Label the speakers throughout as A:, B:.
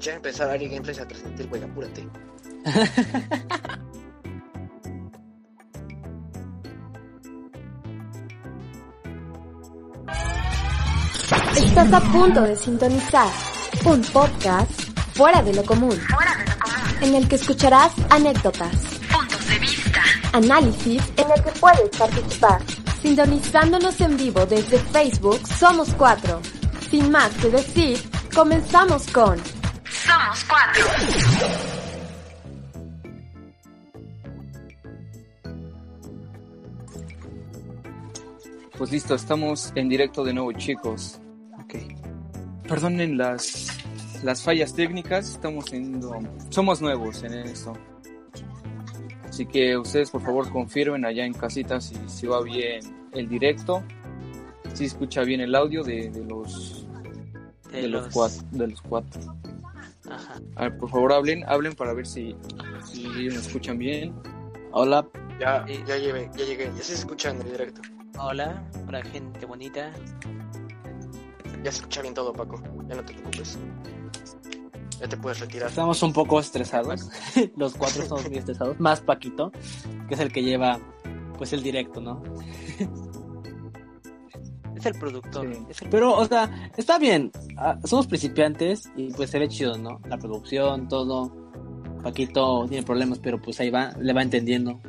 A: ya empezó a dar el gameplay a presentar, güey, apúrate.
B: Estás a punto de sintonizar un podcast fuera de lo común. En el que escucharás anécdotas,
C: puntos de vista.
B: análisis, en el que puedes participar. Sintonizándonos en vivo desde Facebook Somos Cuatro. Sin más que decir, comenzamos con
C: Somos cuatro.
D: Pues listo, estamos en directo de nuevo, chicos. Ok. Perdonen las, las fallas técnicas, estamos siendo, somos nuevos en esto. Así que ustedes por favor confirmen allá en casita si, si va bien el directo, si escucha bien el audio de, de los, de, los... cuatro, de los cuatro.
E: Ajá.
D: A ver, por favor hablen, hablen para ver si, si me escuchan bien. Hola,
A: Ya,
E: Sí.
A: Eh, ya llegué, ya llegué, ya se escucha en el directo.
E: Hola, hola gente bonita.
A: Ya se escucha bien todo, Paco, ya no te preocupes. Ya te puedes retirar.
F: Estamos un poco estresados. Los cuatro estamos muy estresados. Más Paquito, que es el que lleva pues el directo, ¿no?
E: Es el productor.
D: Sí.
E: Es el...
F: Pero, o sea, está bien. Ah, Somos principiantes y pues se ve chido, ¿no? La producción, todo. Paquito tiene problemas, pero pues ahí va, le va entendiendo.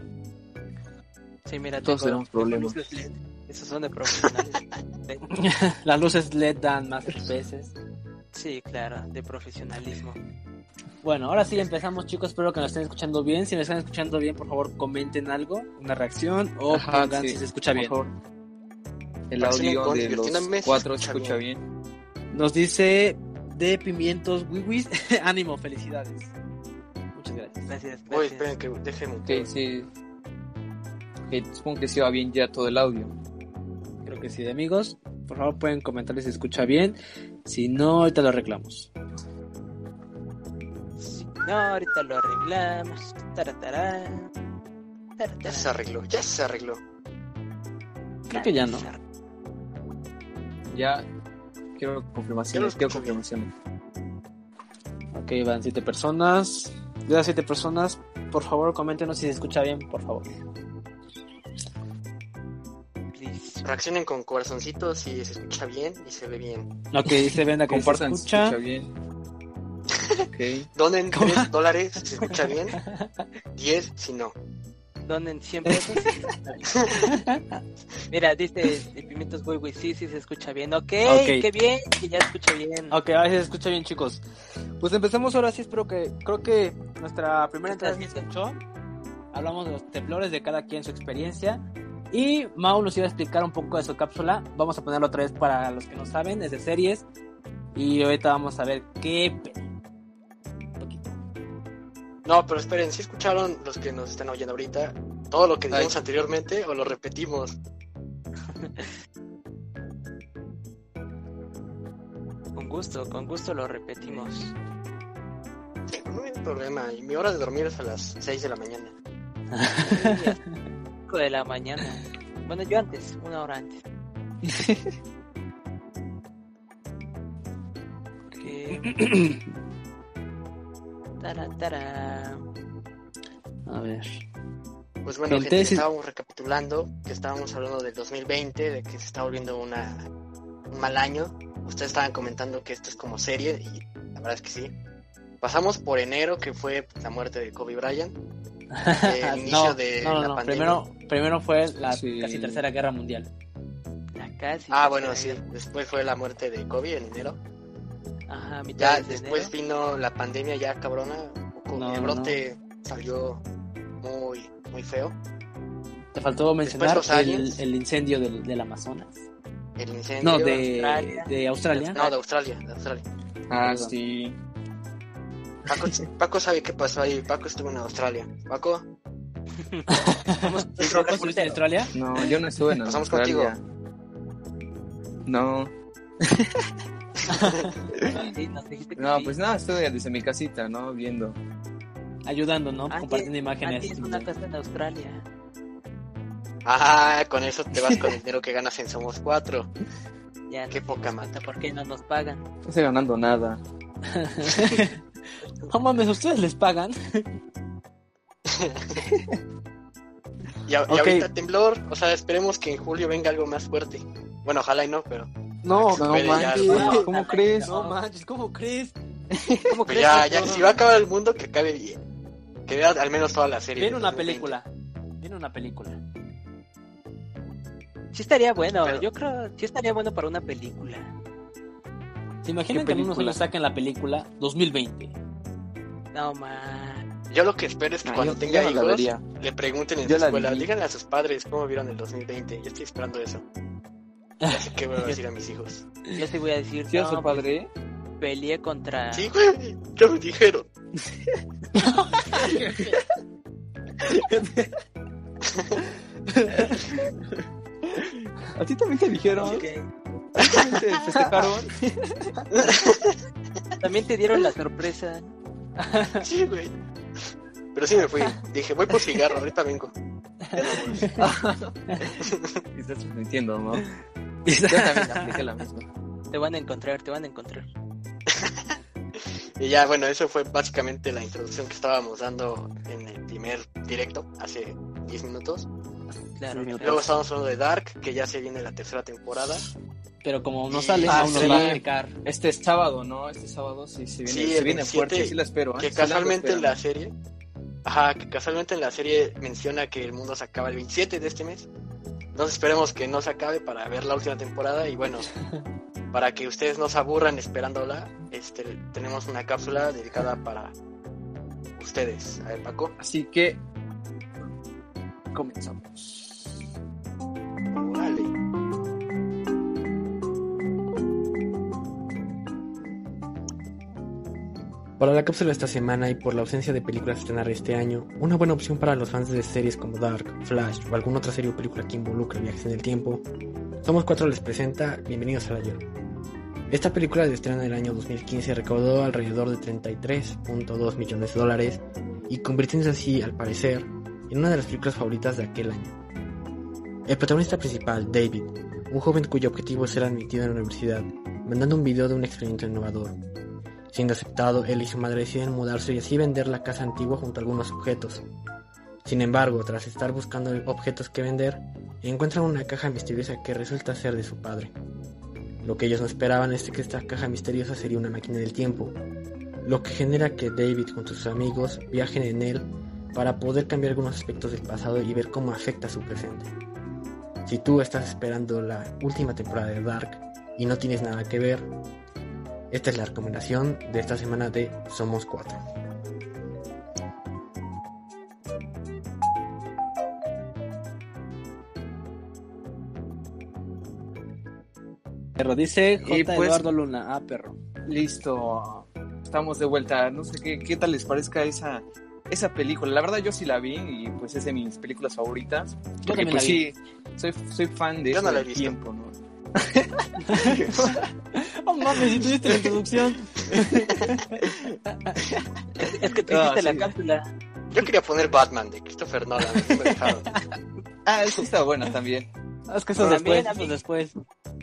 E: Sí, mira,
D: Todos
E: tengo-
D: tenemos problemas.
E: luces LED. Esos son de profesionales.
F: Las luces LED dan más veces.
E: sí, claro, de profesionalismo.
F: Bueno, ahora sí empezamos, chicos. Espero que nos estén escuchando bien. Si nos están escuchando bien, por favor, comenten algo, una reacción o
D: Ajá,
F: pongan
D: sí,
F: si se escucha
D: por
F: bien.
D: favor. El
A: Máximo
D: audio
A: con
D: de los
A: divirtiéndome se
D: cuatro se
A: escucha
D: escucha bien.
F: Nos dice de pimientos wiwis. Ánimo, felicidades. Muchas gracias.
E: Gracias,
A: Uy,
E: gracias.
A: esperen que déjenme.
D: Ok, sí. Ok, supongo que sí va bien ya todo el audio.
F: Creo que sí, amigos. Por favor, pueden comentarles si se escucha bien. Si no, ahorita lo arreglamos.
E: Sí, no, ahorita lo arreglamos. Taratará. Taratará.
A: Ya se arregló, ya se arregló.
F: Creo que ya no.
D: Ya quiero
A: Yo lo
D: confirmaciones, quiero
A: escucho
D: confirmaciones.
F: Ok, van siete personas. De las siete personas, por favor, coméntenos si se escucha bien, por favor.
E: Please.
A: Reaccionen con corazoncitos si se escucha bien y se ve bien.
F: Ok, dice Brenda que
D: Compartan,
F: se
D: se
F: escucha.
D: escucha bien. Ok.
A: Donen 3 dólares si se escucha bien, 10 si no.
E: Donen 100 pesos. Mira, dice de Pimientos Boy, güey, sí, sí se escucha bien. Ok,
F: Ok.
E: qué bien, que ya escucha bien.
F: Ok, ahora sí se escucha bien, chicos. Pues empecemos ahora sí, espero que... Creo que nuestra primera entrada sí se escuchó. Hablamos de los temblores de cada quien, su experiencia. Y Mau nos iba a explicar un poco de su cápsula. Vamos a ponerlo otra vez para los que no saben, es de series. Y ahorita vamos a ver qué... pe-
A: No, pero esperen, si escucharon los que nos están oyendo ahorita todo lo que
D: Ay.
A: dijimos anteriormente o lo repetimos?
E: Con gusto, con gusto lo repetimos.
A: Sí, no hay problema. Y mi hora de dormir es a las 6 de la mañana.
E: Sí, a 5 de la mañana. Bueno, yo antes, una hora antes. Ok. Tara, tara.
F: A ver.
A: Pues bueno,
F: Gente,
A: gente,
F: sí.
A: estábamos recapitulando que estábamos hablando del 2020, de que se está volviendo una, un mal año. Ustedes estaban comentando que esto es como serie y la verdad es que sí. Pasamos por enero, que fue la muerte de Kobe Bryant. El inicio
F: no,
A: de
F: no, no,
A: la
F: no.
A: pandemia.
F: Primero, primero fue la
D: Sí.
F: casi tercera guerra mundial.
E: La casi.
A: Ah,
E: tercera
A: bueno, sí.
E: guerra.
A: Después fue la muerte de Kobe en enero.
E: Ajá, mitad
A: Ya
E: de
A: después
E: enero.
A: vino la pandemia ya cabrona. un poco-
F: No,
A: el
F: no,
A: brote salió muy, muy feo.
F: Te faltó mencionar
A: los
F: el,
A: aliens.
F: el incendio del, del Amazonas.
A: El incendio.
F: No, de
E: Australia.
F: de Australia.
A: No, de Australia, de Australia.
D: Ah,
F: Perdón.
D: sí.
A: Paco, Paco sabe qué pasó ahí. Paco estuvo en Australia. Paco,
F: ¿Tú estuviste en Australia?
D: No, yo no estuve en
A: Pasamos
D: Australia. No,
E: Sí, nos dijiste que
D: no,
E: sí.
D: pues nada, estuve desde mi casita, ¿no? Viendo.
F: Ayudando, ¿no?
E: Andy-
F: Compartiendo imágenes.
E: Andy es una casa en Australia.
A: Ah, con eso te vas con el dinero que ganas en Somos 4.
E: Ya,
A: Qué
E: nos
A: poca madre.
E: dimos cuenta ¿Por qué no nos pagan?
D: No estoy ganando nada.
F: No mames, ¿ustedes les pagan?
A: Y, a- y
F: Ok.
A: ahorita temblor, o sea, esperemos que en julio venga algo más fuerte. Bueno, ojalá y no, pero
F: No,
A: No manches,
F: No,
D: ¿Cómo crees?
F: no manches, ¿cómo crees? ¿Cómo
A: pues ya,
F: que
A: ya,
F: no?
A: si va a acabar el mundo, que acabe bien. Que vea al menos toda la serie.
F: Viene
A: de
F: una
A: 2020.
F: película. Viene una película.
E: Sí estaría bueno,
A: Pero-
E: yo creo, sí estaría bueno para una película.
F: ¿Se imaginan
D: ¿Qué
F: que en unos
D: película?
F: años saquen la película 2020?
E: No man.
A: Yo lo que espero es que
D: No,
A: cuando
D: Ah, yo-
A: tenga
D: yo no la
A: hijos,
D: vería.
A: le pregunten en
D: Yo
A: su
D: la
A: escuela,
D: viví.
A: díganle a sus padres cómo vieron el 2020. Yo estoy esperando eso. Así que voy a decir a mis hijos.
E: Yo sí voy a decir,
D: Sí, a
E: no,
D: su padre. ¿eh?
E: pues, peleé
F: Ah.
E: contra
A: Sí, güey, ya me dijeron.
D: A ti también te dijeron.
E: Ok.
D: ¿A ti también te festejaron?
E: También te dieron la sorpresa.
A: Sí, güey. Pero sí me fui. Dije, voy por cigarro, ahorita vengo. Ya no voy.
D: Te Estás mintiendo, ¿no? Yo también apliqué la misma.
E: Te van a encontrar, te van a encontrar.
A: Y ya, bueno, eso fue básicamente la introducción que estábamos dando en el primer directo hace 10 minutos.
E: Claro.
D: Sí, no,
A: Luego
E: claro.
A: estábamos hablando de Dark, que ya se viene la tercera temporada.
F: Pero como no sale,
D: Ah,
F: aún nos
D: sí.
F: va a aplicar.
D: Este sábado, ¿no? Este sábado sí se viene,
A: Sí,
D: sí,
A: el
D: viene
A: 27,
D: fuerte, sí la espero. ¿eh?
A: Que
D: Sí la
A: casualmente en
D: espero.
A: la serie. Ajá, que casualmente en la serie menciona que el mundo se acaba el 27 de este mes. Entonces esperemos que no se acabe para ver la última temporada. Y bueno, para que ustedes no se aburran esperándola, este, tenemos una cápsula dedicada para ustedes. A ver, Paco.
D: Así que comenzamos.
A: Órale.
G: Para la cápsula de esta semana y por la ausencia de películas a estrenar este año, una buena opción para los fans de series como Dark, Flash o alguna otra serie o película que involucre viajes en el tiempo, Somos Cuatro les presenta Bienvenidos al Ayer. Esta película de estreno del año 2015 recaudó alrededor de 33.2 millones de dólares y convirtiéndose así, al parecer, en una de las películas favoritas de aquel año. El protagonista principal, David, un joven cuyo objetivo es ser admitido en la universidad, mandando un video de un experimento innovador. Siendo aceptado, él y su madre deciden mudarse y así vender la casa antigua junto a algunos objetos. Sin embargo, tras estar buscando objetos que vender, encuentran una caja misteriosa que resulta ser de su padre. Lo que ellos no esperaban es que esta caja misteriosa sería una máquina del tiempo, lo que genera que David junto a sus amigos viajen en él para poder cambiar algunos aspectos del pasado y ver cómo afecta su presente. Si tú estás esperando la última temporada de Dark y no tienes nada que ver, esta es la recomendación de esta semana de Somos 4.
F: Perro, dice J.
D: Y pues-
F: Eduardo Luna. Ah, perro.
D: Listo. Estamos de vuelta. No sé qué, qué tal les parezca esa, esa película. La verdad yo sí la vi y pues es de mis películas favoritas.
F: Yo
D: Y
F: también
D: pues
F: la vi.
D: sí, soy, soy fan de
A: Yo
D: eso
A: no la he
D: del
A: visto.
D: tiempo, ¿no?
F: Oh, mames, si tuviste la introducción.
E: Es que tú
D: Ah,
E: hiciste la
D: sí.
E: cápsula.
A: Yo quería poner Batman de Christopher Nolan. no me dejaron.
D: Ah, eso está buena también.
F: Es que eso es
E: Pero también
F: después,
E: a
F: eso es
E: mí-
F: después.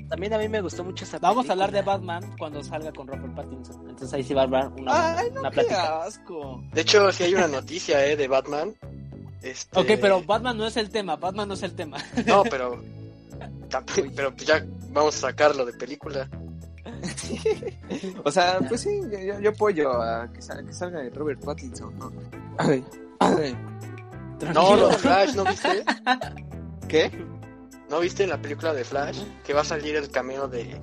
E: También a mí me gustó mucho esa
F: Vamos a hablar de
E: película.
F: Batman cuando salga con Robert Pattinson. Entonces ahí sí va a haber una,
D: Ay, no,
F: una
D: qué
F: plática.
D: asco.
A: De hecho, sí hay una noticia eh, de Batman. Este,
F: Ok, pero Batman no es el tema, Batman no es el tema.
A: No, pero. tamp- Pero pues ya vamos a sacarlo de película.
D: O sea, pues sí, yo- yo, yo apoyo a que salga, que salga de Robert Pattinson, ¿no? Ay, ay.
A: No, lo
F: Tranquilo.
A: de Flash, ¿no viste?
D: ¿Qué?
A: ¿No viste en la película de Flash? Que va a salir el cameo de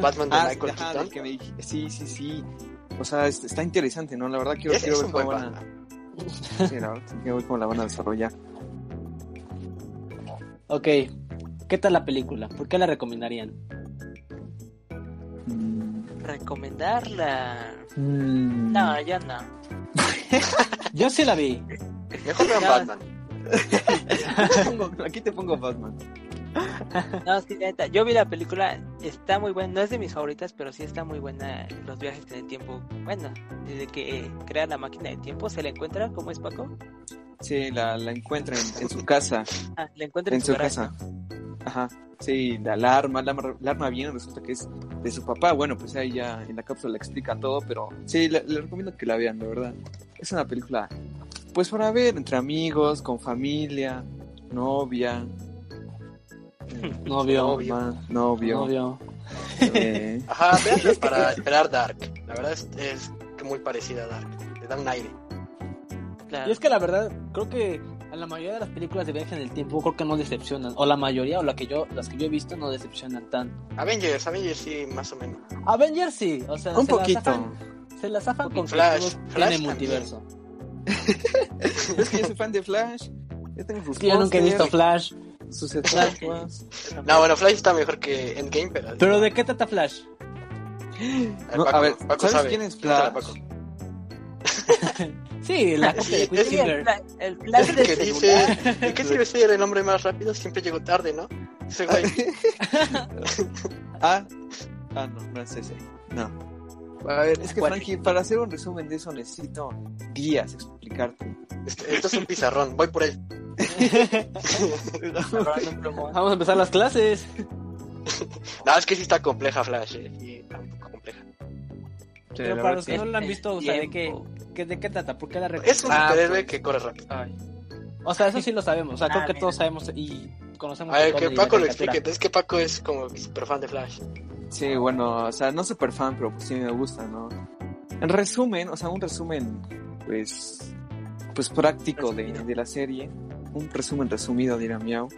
A: Batman de
D: Ah,
A: Michael
D: ajá, del
A: Keaton.
D: que me dij- Sí, sí, sí. O sea, es- está interesante, ¿no? La verdad quiero,
A: Ese
D: quiero
A: es
D: ver
A: un buen
D: cómo van a...
A: Batman.
D: Sí, la verdad, quiero ver cómo la van a desarrollar.
F: Ok, ¿qué tal la película? ¿Por qué la recomendarían?
D: Mm,
E: Recomendarla.
D: mm.
E: No, ya no.
F: Yo sí la vi.
A: Mejor vean
E: Ya.
A: Batman.
D: Pongo- Aquí te pongo Batman.
E: No, sí, neta. Yo vi la película, está muy buena. No es de mis favoritas, pero sí está muy buena. Los viajes en el tiempo. Bueno, desde que eh, crea la máquina del tiempo, se la encuentra, ¿cómo es Paco?
D: Sí, la, la encuentra en, en su casa.
E: Ah, la encuentra en,
D: en su
E: garaje.
D: casa. Ajá. Sí, la, la arma, la, arma- la arma bien, resulta que es de su papá. Bueno, pues ahí ya en la cápsula explica todo, pero sí, le, le recomiendo que la vean, de verdad. Es una película, pues para ver entre amigos, con familia, novia,
F: Novio.
D: mamá, novio.
F: Novio.
D: eh,
A: Ajá, veanla para esperar Dark. La verdad es, es que muy parecida a Dark. Le da un aire.
E: Claro.
F: Y es que la verdad, creo que a la mayoría de las películas de viaje en el tiempo, creo que no decepcionan. O la mayoría, o la que yo, las que yo he visto, no decepcionan tanto.
A: Avengers, Avengers sí, más o menos.
F: Avengers sí, o sea,
D: un
F: se la
D: poquito.
F: zafan- se la zafan con que
A: Flash,
F: todos
A: Flash
F: tienen
A: también.
F: multiverso.
D: Es que yo soy fan de Flash. Yo tengo sus
F: Sí, yo nunca he
D: pósters,
F: visto Flash.
D: Sus estatuas.
A: No, bueno, Flash está mejor que Endgame, pero.
F: ¿Pero de qué trata Flash?
A: ver,
D: No,
A: Paco-
D: a ver,
A: Paco
D: ¿sabes
A: sabe.
D: quién es
A: Pregúntale,
D: Flash?
A: Paco.
F: Ah, Sí, la copia de
A: Sí, es
E: Sí, el,
F: Quicksilver.
E: pla- el plan
A: Es
E: del
A: el que
E: celular.
A: dice. ¿De qué sirve ser el hombre más rápido? Siempre llegó tarde, ¿no? Ese güey.
D: Ah, ah, no, no es ese. No. A ver, es que
F: ¿Cuál?
D: Frankie, para hacer un resumen de eso necesito días explicarte.
A: Este- Esto es un pizarrón, voy por él.
F: Vamos a empezar las clases.
A: No, es que sí está compleja Flash, eh. Sí, está un poco compleja.
F: Pero para los que no la han
E: El
F: visto, o sea, ¿de qué,
E: tiempo.
F: qué- de qué trata? ¿Por qué la
A: Es un
F: Ah,
A: superhéroe que corre rápido.
F: ay. O sea, eso sí lo sabemos. O sea, creo
E: Ah,
F: que
E: mira.
F: todos sabemos y conocemos.
A: A ver,
F: el
A: que
F: cómic y la
A: Paco lo
F: caricatura.
A: explique. Es que Paco es como super fan de Flash.
D: Sí, bueno, o sea, no súper fan, pero pues sí me gusta, ¿no? En resumen, o sea, un resumen, pues, pues práctico de, de la serie, un resumen resumido, dirá Miau,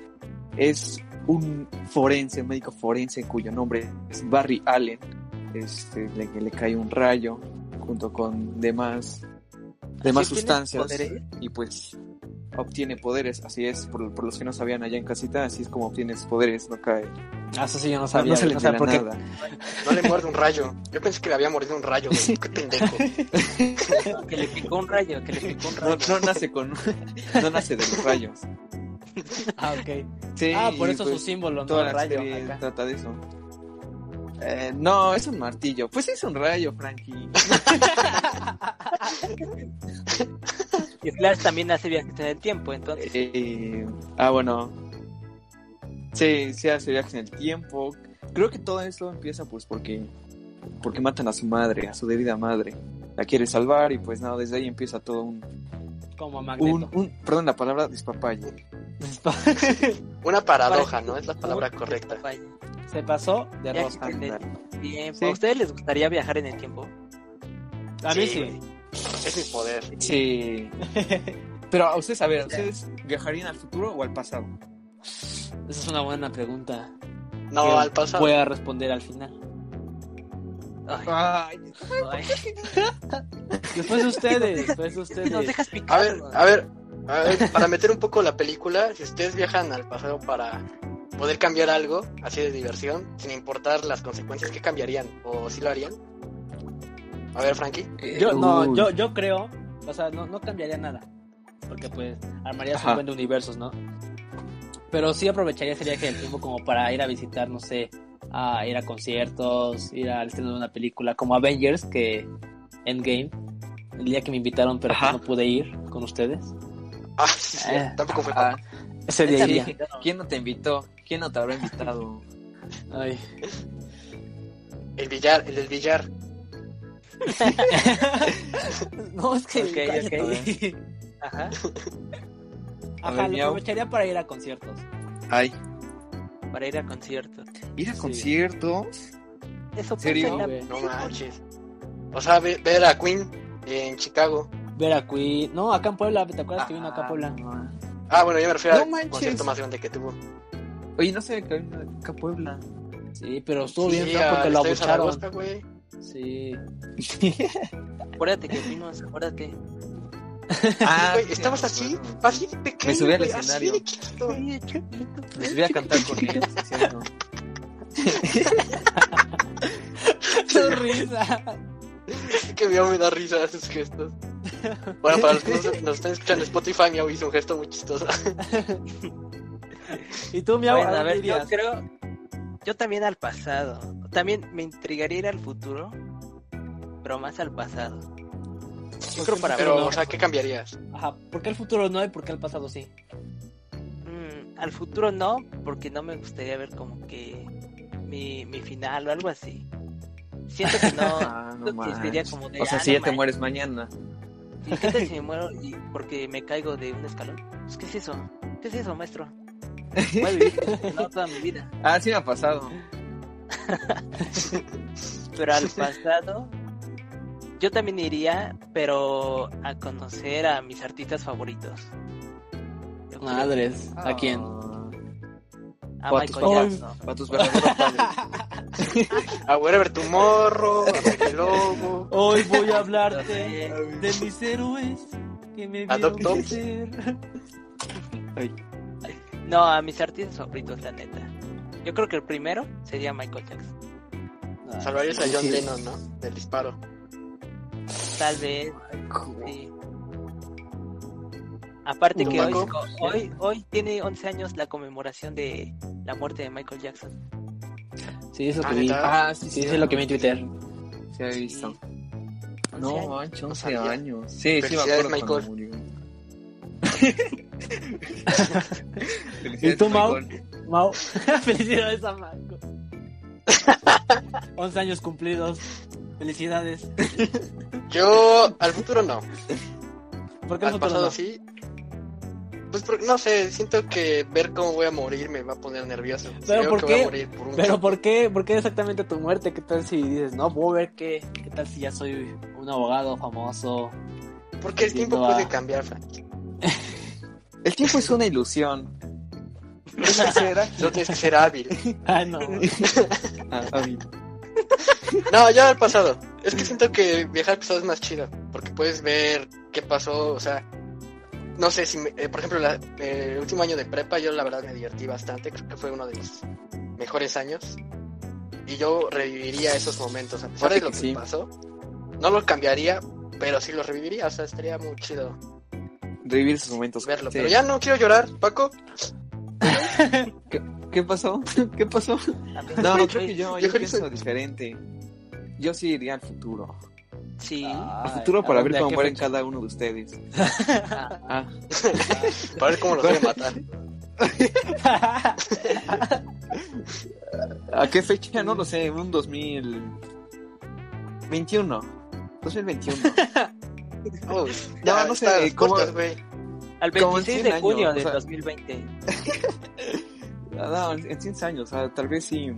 D: es un forense, un médico forense cuyo nombre es Barry Allen, este, le, le cae un rayo junto con demás, demás
E: ¿Sí tiene
D: sustancias
E: poderes?
D: y pues obtiene poderes, así es, por, por los que no sabían allá en casita, así es como obtienes poderes, no cae,
F: Ah, eso sí, yo no
D: no,
F: sabía.
D: no se le
F: o sea,
D: entera
F: porque
D: nada.
A: No le muerde un rayo. Yo pensé que le había mordido un rayo, güey. Qué pendejo.
E: Que le picó un rayo, que le picó un
D: No,
E: rayo.
D: no nace con no nace de los rayos.
F: Ah, ok.
D: Sí,
F: Ah, por eso
D: pues,
F: su símbolo, no
D: toda
F: el
D: la
F: rayo.
D: serie
F: acá.
D: trata de eso. Eh, no, es un martillo. Pues es un rayo, Frankie.
E: Y Flash también hace viajes en el tiempo, entonces.
D: Eh, ah, bueno. Sí, sí hace viajes en el tiempo. Creo que todo esto empieza pues porque porque matan a su madre, a su debida madre. La quiere salvar y pues nada, desde ahí empieza todo un,
F: Como magneto.
D: un, un- perdón la palabra despapalle.
A: Una paradoja, ¿no? Es la palabra correcta.
E: Vaya,
F: Se pasó de
E: Ya
F: rosa.
E: que-
D: Ándale.
E: Bien,
D: Sí.
E: ¿a ustedes les gustaría viajar en el tiempo?
F: A mí
A: Sí.
F: sí.
A: Es mi poder.
D: Sí. Pero a ustedes, a ver, ¿a ¿ustedes viajarían al futuro o al pasado?
F: Esa es una buena pregunta.
A: No,
F: que
A: al pasado.
F: Voy a responder al final.
E: Ay, ay,
F: Después de ustedes, después de
E: es que nos
F: ustedes.
E: dejas
A: A
E: picar.
A: ver, a ver, a ver, para meter un poco la película, si ustedes viajan al pasado para poder cambiar algo, así de diversión, sin importar las consecuencias, ¿qué cambiarían? ¿O si lo harían? A ver, Frankie.
F: Yo, no, yo, yo creo, o sea, no, no cambiaría nada. Porque pues armarías
D: Ajá.
F: un buen de universos, ¿no? Pero sí aprovecharía ese viaje del tiempo como para ir a visitar, no sé, a ir a conciertos, ir al estreno de una película como Avengers, que Endgame, el día que me invitaron pero
D: Ajá.
F: pues, no pude ir con ustedes.
A: Ah, sí, sí,
F: Eh,
A: tampoco fue
D: Ah,
F: Ese día
D: sí.
F: iría.
D: ¿Quién no te invitó? ¿Quién no te habrá invitado?
F: Ay.
A: el billar, el del billar.
F: No, es que.
E: Ok,
F: cállate.
E: Ajá.
D: A
F: Ajá,
D: ver,
F: lo
D: miau.
F: aprovecharía para ir a conciertos.
D: Ay,
E: Para ir a conciertos.
D: ir a
F: Sí.
D: conciertos.
E: Eso pasa
D: serio?
E: en la-
F: güey.
A: No manches. O sea, ve- ver a Queen en Chicago.
F: Ver a Queen. No, acá en Puebla, ¿te acuerdas que vino acá a Puebla?
A: Ah, bueno, yo me refiero
D: No
A: al
D: manches.
A: concierto más grande que tuvo.
D: Oye, no sé, que vino acá a Puebla.
F: Sí, pero estuvo
A: Sí,
F: bien feo porque
A: al
F: lo
A: Estadio
F: abucharon.
A: Zaragoza, güey.
F: Sí.
E: Acuérdate que fuimos, acuérdate.
D: Ah,
A: Güey, estabas así,
D: pues,
A: así de pequeño.
D: subí al
A: güey, así
D: escenario.
A: de chiquito.
D: Les pues, voy a cantar con ellos, ¿sí o no?
F: Su risa.
A: que Miau me da risa a sus gestos. Bueno, para los que no se- nos están escuchando en Spotify, Miau hizo un gesto muy chistoso.
F: ¿Y tú, mi
E: Bueno, a ver, yo creo. Yo también al pasado. También me intrigaría ir al futuro, pero más al pasado. Yo creo para
A: Pero,
F: no.
A: o sea, ¿qué cambiarías?
F: Ajá, ¿por qué el futuro no y por qué el pasado sí?
E: Mm, al futuro no, porque no me gustaría ver como que mi, mi final o algo así. Siento que no.
D: Ah, no
E: siento que sería
D: manches.
E: como de,
D: O sea,
E: ah,
D: si
E: no
D: ya te
E: manches.
D: mueres mañana.
E: ¿Y qué tal si me muero y porque me caigo de un escalón? Pues, ¿qué es eso? ¿Qué es eso, maestro? Voy a vivir no, toda mi vida.
D: Ah, sí me ha pasado.
E: Pero al pasado, yo también iría, pero a conocer a mis artistas favoritos. Yo creo,
F: Madres. ¿A quién?
E: A
D: o Ah, a tus
E: Michael
D: papás.
E: Jackson.
D: Para tus verdaderos padres.
A: A Wherever Tomorrow, a Pepe Lobo.
F: Hoy voy a
E: hablarte
F: de mis héroes que me
A: ¿A Doc vieron Tops?
E: No, a mis artistas favoritos, la neta. Yo creo que el primero sería Michael Jackson.
A: Salvarías a John Lennon, ¿no? Del disparo.
E: Tal vez. sí. Aparte
A: ¿Tú,
E: que hoy,
A: Paco?
E: hoy, hoy tiene 11 años la conmemoración de la muerte de Michael Jackson.
F: Sí, eso
A: Ah,
F: que vi.
A: ¿neta?
D: Ah, sí,
F: Sí, eso es lo que vi en Twitter.
D: Se ha visto. No,
E: No,
D: manches,
A: no
D: 11
A: sabía.
D: años. Sí, sí me
A: Felicidades,
D: acuerdo
A: Michael.
D: cuando murió.
F: ¿Y tú,
D: Felicidades,
F: Mau?
D: Michael.
F: Mau, felicidades a Marco. 11 años cumplidos. Felicidades.
A: Yo al futuro no.
F: ¿Por qué
A: Al
F: nosotros
A: pasado
F: no?
A: sí. Pues por- no sé, siento que ver cómo voy a morir me va a poner nervioso. Si
F: Pero
A: veo
F: ¿por
A: que
F: qué?
A: voy a morir por un
F: Pero ¿por qué? ¿Por qué exactamente tu muerte? ¿Qué tal si dices, no, puedo ver qué? ¿Qué tal si ya soy un abogado famoso?
A: Porque el tiempo
F: Yendo a-
A: puede cambiar, Frank.
D: El tiempo es una ilusión.
A: No tienes que ser hábil.
F: Ah, no.
D: Ah, a mí.
A: No, ya al pasado. Es que siento que viajar al pasado es más chido. Porque puedes ver qué pasó, o sea. No sé si, me- eh, por ejemplo, la- eh, el último año de prepa, yo la verdad me divertí bastante. Creo que fue uno de mis mejores años. Y yo reviviría esos momentos. A pesar
D: Fíjate
A: de lo
D: que
A: que
D: sí.
A: pasó, no lo cambiaría, pero sí lo reviviría. O sea, estaría muy chido
D: Revivir esos momentos.
A: verlo.
D: Pues, Sí.
A: Pero ya no quiero llorar, Paco.
D: ¿Qué pasó? ¿Qué pasó? No, creo que
A: Yo
D: yo, yo
A: creo que
D: pienso
A: soy-
D: diferente. Yo sí iría al futuro.
E: Sí.
D: Al Ah, futuro para ver cómo mueren cada uno de ustedes. Ah,
A: Para ver cómo los voy a matar.
D: ¿A qué fecha? No lo sé, un 2021. 2021.
A: Uy,
D: No,
A: ya,
D: no
A: no
D: sé,
A: sé,
D: ¿cómo-
A: cortas, güey.
E: Al
D: como
E: 26
D: en cien
E: de
D: años,
E: junio
D: o
E: del
D: sea.
E: 2020.
D: Ah, no, en 100 años, ah, tal vez sí.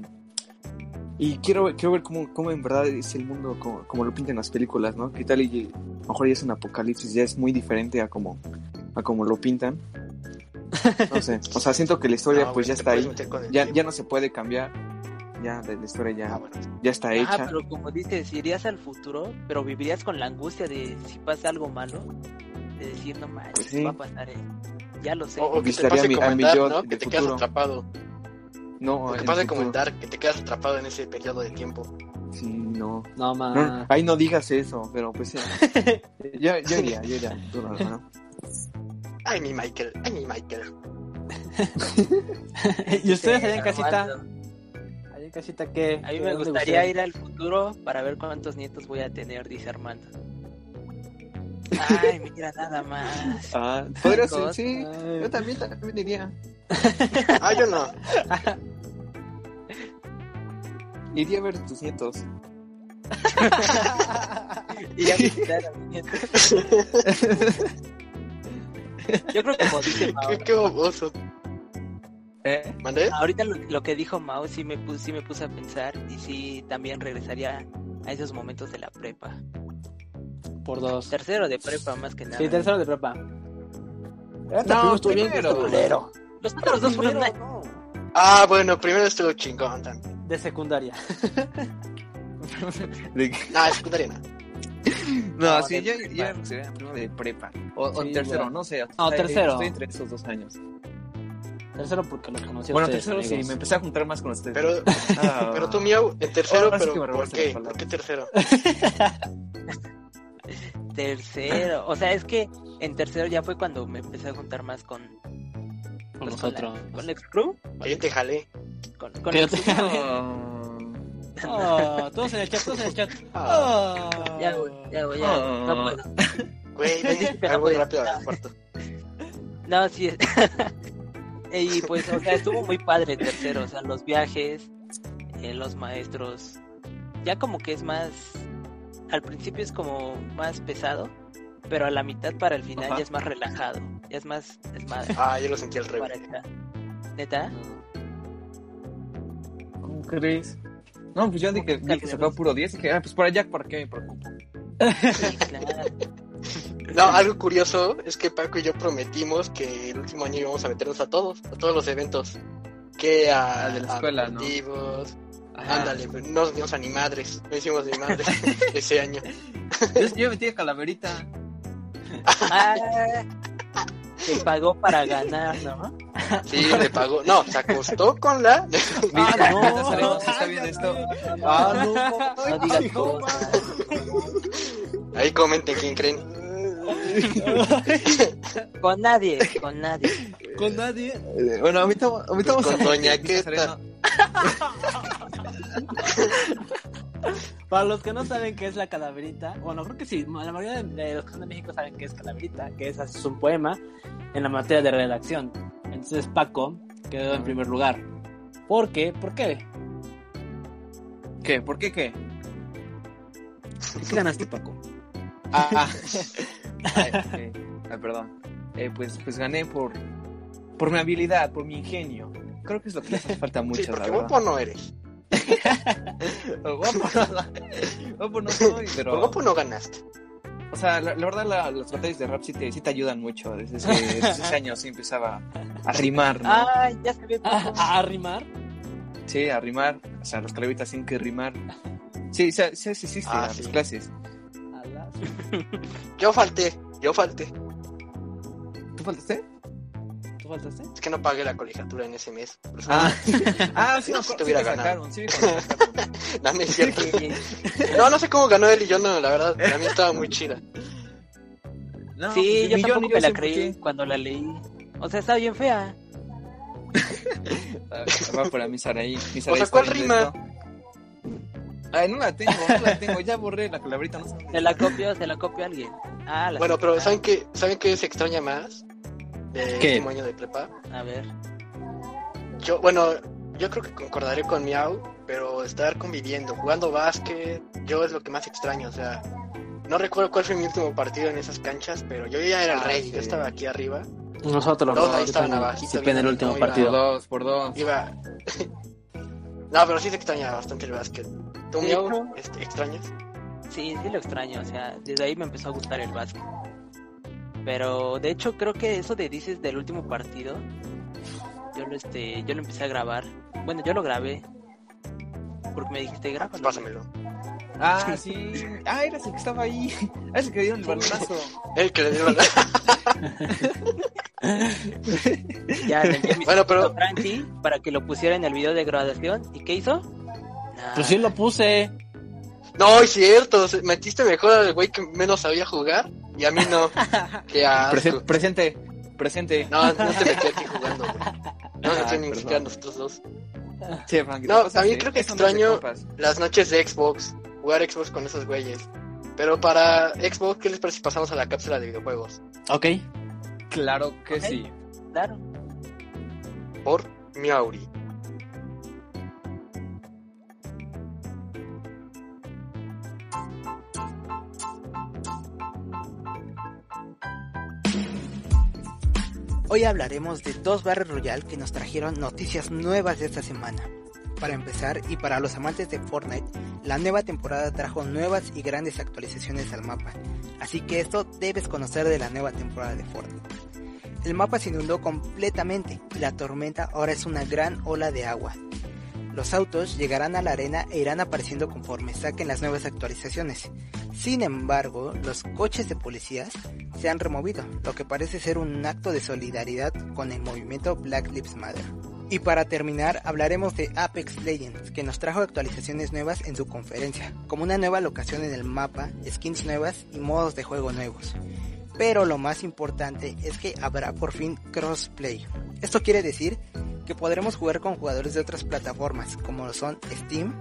D: Y quiero, ver- quiero ver cómo, cómo en verdad es el mundo, como, como lo pintan las películas, ¿no? ¿Qué tal? Y a lo mejor ya es un apocalipsis, ya es muy diferente a como, a como lo pintan. No sé, o sea, siento que la historia
A: No,
D: pues
A: güey, Ah,
D: ya
A: te
D: está
A: puedes
D: ahí,
A: meter con el
D: ya,
A: tiempo.
D: ya no se puede cambiar, ya la, la historia ya,
A: Ah, bueno.
D: ya está hecha.
E: Ah, pero como dices, irías al futuro, pero vivirías con la angustia de si pasa algo malo, de decir, no manches,
D: Pues sí.
E: va a pasar eso. Ya lo sé.
A: O, o que te
D: Visitaría a
A: pase
D: mi-
A: como
D: a
A: en
D: mi
A: Dark,
D: yo
A: ¿no?
D: del
A: Que te quedas
D: futuro.
A: atrapado.
D: No,
A: O que
D: en
A: pase
D: el
A: como en
D: futuro.
A: Dark, que te quedas atrapado en ese periodo de tiempo.
D: Sí, no.
F: No,
D: No,
F: man.
D: ahí no digas eso, pero pues sí. yo, yo iría, yo iría. Tú no, no.
A: Ay, mi Michael, ay, mi Michael.
E: Este,
F: ¿Y ustedes allá en
E: Armando,
F: casita? Allá en casita, ¿qué?
E: A mí
F: ¿Qué
E: me
F: dónde
E: gustaría
F: gustaría?
E: ir al futuro para ver cuántos nietos voy a tener, dice Armando. Ay, mira, nada más.
D: Ah, podría ser,
E: Cosas.
D: sí.
F: Ay,
D: Yo también, también iría.
A: Ah, yo no.
D: Iría a ver a tus nietos.
E: Y ya visitar a mi nieto. Yo creo que como dice Mao,
A: Qué, qué boboso.
D: ¿Eh?
A: ¿Mandé?
E: Ahorita lo, lo que dijo Mao sí me, puse, sí me puse a pensar y sí también regresaría a esos momentos de la prepa.
F: Por dos.
E: Tercero de prepa más que nada.
F: Sí, tercero de prepa.
D: No,
F: estuvo bien
D: primero.
F: culero.
E: Los otros dos fueron una-
F: Primero,
A: Ah, bueno, primero estuvo chingón también.
F: no. De secundaria.
D: ¿De qué?
A: Ah, secundaria no.
D: No,
E: No,
D: sí,
E: de
D: yo
E: prepa.
D: iría sería primero de prepa. O, o
F: Sí,
D: tercero,
F: ya.
D: no sé.
F: No,
D: Eh,
F: tercero.
D: Estoy entre esos dos años.
F: Tercero porque los conocí a
D: bueno,
F: ustedes,
D: tercero sí,
F: amigos.
D: me empecé a juntar más con ustedes.
A: Pero,
D: Ah.
A: pero tú, Miau, en tercero,
D: Ahora sí
A: pero
D: Oh, que me
A: ¿por
D: robaste la
A: qué?
D: palabra.
A: ¿Por qué tercero?
E: tercero. O sea, es que en tercero ya fue cuando me empecé a juntar más con,
F: Con
E: pues,
F: nosotros.
E: la- con ex crew.
A: Que yo te jalé.
E: Con, con
F: Pero
E: ex crew.
D: Ah.
F: Ah, todos en el chat, todos en el chat.
A: Ah,
F: Ah.
E: Ya voy, ya voy, ya.
D: Ah.
F: Oh.
E: No pues, puedo.
A: Güey, ven, ya voy rápido al cuarto.
E: No, sí. es- y pues, o sea, estuvo muy padre el tercero. O sea, los viajes, eh, los maestros, ya como que es más. Al principio es como más pesado, pero a la mitad para el final
D: Ajá.
E: ya es más relajado. Ya es más. Es más
A: Ah, yo lo sentí al revés.
E: para- ¿Neta?
D: ¿Cómo crees? No, pues ya dije, vi que sacaba puro 10 y dije, ah, pues para Jack, ¿para qué me preocupo?
E: Sí, claro.
A: No, algo curioso es que Paco y yo prometimos que el último año íbamos a meternos a todos, a todos los eventos. Que a,
D: Ah, de la escuela, ¿no?
A: deportivos,
D: Ajá.
A: Ándale, pero no nos dimos a ni madres. No hicimos ni madres ese año.
D: Yo, yo metí a calaverita.
E: Ah, que pagó para ganar, ¿no?
A: Sí, le pagó. No, se acostó con la.
D: Mira,
F: Ah, no.
D: ahorita salimos, está bien esto.
F: Ah, no,
E: No digas cosas.
A: Ahí comenten quién creen.
E: Con nadie, con nadie.
F: Con nadie.
D: Eh, Bueno, ahorita, ahorita
A: Pues
D: vamos
A: con
D: a...
A: Doña
D: ahorita
A: Queta.
D: saliendo-
F: Para los que no saben qué es la calaverita, bueno, creo que sí, la mayoría de, de los que son de México saben qué es calaverita, que es, es un poema en la materia de redacción. Entonces Paco quedó en primer lugar. ¿Por qué? ¿Por qué?
D: ¿Qué? ¿Por qué qué?
F: ¿Qué ganaste, Paco?
D: Ah, ah. Ay, eh, ay, perdón. Eh, pues, pues gané por, por mi habilidad, por mi ingenio. Creo que es lo que le hace falta mucho,
A: Sí, porque
D: la verdad.
A: guapo no eres.
D: Guapo no- guapo no soy,
A: Por
D: pero...
A: guapo no ganaste.
D: O sea, la, la verdad, la- las batallas de rap sí te, sí te ayudan mucho. Desde ese, desde ese año sí empezaba a rimar, ¿no?
E: Ah, ya se ve
F: ¿A, a- a rimar?
D: Sí, a rimar. O sea, los calavitas tienen que rimar. Sí, sí, sí, sí, sí,
A: Ah,
D: a
A: sí.
D: las clases.
F: A las-
A: Yo falté, yo falté.
D: ¿Tú faltaste?
F: ¿Tú faltaste?
A: Es que no pagué la colegiatura en ese mes. Por eso
D: Ah, ah sí,
A: No,
D: me
A: si te
D: acuerdo, sí
A: hubiera
D: me sacaron, sí me sacaron.
A: no, no es cierto.
E: bien.
A: No, no sé cómo ganó él y yo no, la verdad. Para mí estaba muy chida.
D: No,
E: Sí,
D: pues,
E: yo
D: ni
E: tampoco
D: ni
E: me la
D: sé por
E: creí
D: qué.
E: cuando la leí. O sea, está bien fea.
D: Ah, Va para mi Saraí. Mi
A: O
D: Saraí
A: sea,
D: está
A: ¿cuál
D: viendo
A: rima?
D: esto. Ay, no la tengo, no la tengo. Ya borré la calaverita. No sé dónde
E: Se la copió, se la copió alguien. Ah, la
A: Bueno, pero ¿saben qué, ¿saben qué se extraña más? Del
D: ¿Qué?
A: último año de prepa.
E: A ver.
A: Yo, bueno, yo creo que concordaré con Miau, pero estar conviviendo, jugando básquet, yo es lo que más extraño, o sea, no recuerdo cuál fue mi último partido en esas canchas, pero yo ya era el
D: Ah,
A: rey,
D: sí.
A: yo estaba aquí arriba,
F: Nosotros
A: Todos ahí estaban abajito,
F: Sí, en el
A: bien,
F: último
A: muy
D: Por
F: partido.
D: dos, por dos.
A: iba... no, pero sí se extraña bastante el básquet. ¿Tú,
E: Sí,
A: Miau,
E: ¿no?
A: este, extrañas?
E: Sí, sí lo extraño. O sea, desde ahí me empezó a gustar el básquet. Pero de hecho creo que eso de dices del último partido, yo lo este, yo lo empecé a grabar. Bueno, yo lo grabé. Porque me dijiste grábalo.
A: Pásamelo.
D: Ah, sí. Ah, era el que estaba ahí. Ah, ese que dieron el balonazo.
A: El que le dio la...
E: Ya le envié mi
A: Bueno, pero-
E: a Frankie para que lo pusiera en el video de graduación. ¿Y qué hizo? Nada.
F: Pues sí lo puse.
A: No, es cierto, se- metiste mejor al güey que menos sabía jugar y a mí no. Qué
F: Ah,
A: asco.
D: Presen- presente, presente.
A: No, no te metí aquí jugando, güey. No,
D: Ah,
A: no ni siquiera
D: perdón.
A: nosotros dos.
D: Sí, Frankie,
A: No,
D: te pasaste.
A: también creo que
D: Eso no es de
A: extraño-
D: compas.
A: las noches de Xbox, jugar Xbox con esos güeyes. Pero para Xbox, ¿qué les parece si pasamos a la cápsula de videojuegos?
F: Ok.
D: Claro que
E: Ok.
D: sí.
E: Claro.
A: Por Miauri.
H: Hoy hablaremos de dos Battle Royale que nos trajeron noticias nuevas de esta semana. Para empezar, y para los amantes de Fortnite, la nueva temporada trajo nuevas y grandes actualizaciones al mapa, así que esto debes conocer de la nueva temporada de Fortnite. El mapa se inundó completamente y la tormenta ahora es una gran ola de agua. Los autos llegarán a la arena e irán apareciendo conforme saquen las nuevas actualizaciones. Sin embargo, los coches de policías se han removido, lo que parece ser un acto de solidaridad con el movimiento Black Lives Matter. Y para terminar, hablaremos de Apex Legends, que nos trajo actualizaciones nuevas en su conferencia, como una nueva locación en el mapa, skins nuevas y modos de juego nuevos. Pero lo más importante es que habrá por fin crossplay. Esto quiere decir que podremos jugar con jugadores de otras plataformas, como lo son Steam,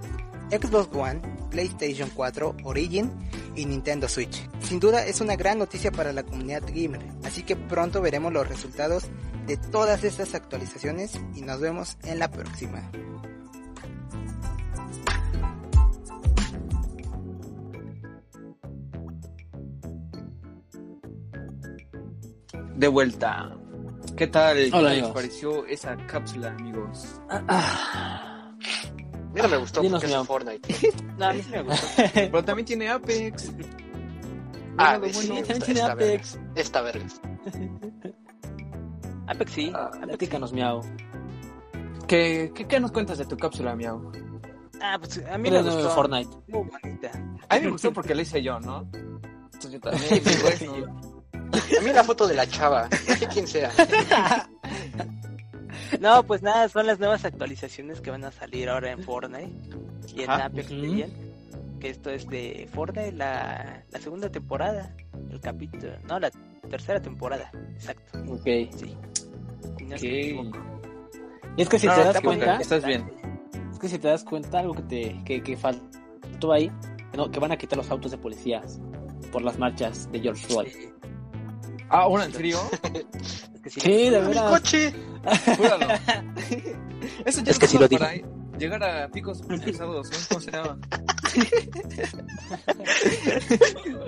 H: Xbox One, PlayStation 4, Origin y Nintendo Switch. Sin duda es una gran noticia para la comunidad gamer, así que pronto veremos los resultados de todas estas actualizaciones y nos vemos en la próxima.
D: de vuelta. ¿Qué tal?
F: Hola,
D: ¿Qué les
F: amigos.
D: pareció esa cápsula, amigos?
A: Mí no me gustó
F: Dinos,
A: porque
F: Leo.
A: es Fortnite.
E: No, a mí sí me gustó.
D: Pero también tiene Apex.
A: Ah,
D: Mira lo
A: sí,
D: bueno.
F: también
A: esta,
F: tiene
A: esta verga.
F: Apex.
A: Esta verga.
E: Apex pues sí.
D: Ah,
F: Platícanos, miau.
D: ¿Qué, qué, qué nos cuentas de tu cápsula, amigo?
E: Ah, pues a mí me
F: Eres nuevo de
E: gustó.
F: Fortnite.
E: Muy bonita.
D: A mí me gustó porque la hice yo, ¿no? Entonces yo también. bueno.
A: A mí la foto de la chava, no sé quién sea.
E: No, pues nada, son las nuevas actualizaciones que van a salir ahora en Fortnite y en
D: Ajá,
E: Apex
F: ujú.
E: Legends. Que esto es de Fortnite, la, la segunda temporada, el capítulo, no, la tercera temporada, exacto,
F: Ok. Y
E: sí. Si no es que me equivoco.
D: Ok.
F: es que si
D: No,
F: te
D: no,
F: das
D: te equivocas,
F: cuenta,
D: Estás bien.
F: es que si te das cuenta, algo que te que, que faltó ahí, no, que van a quitar los autos de policías por las marchas de George Floyd.
E: Sí,
D: Ah, ahora, ¿en serio?
E: es que sí.
F: Sí, de
A: ¡Mi
F: verdad.
A: coche!
D: Júralo. Eso ya
E: Es que sí lo
D: todo para Llegar a picos pesados, ¿no? ¿Cómo se llama?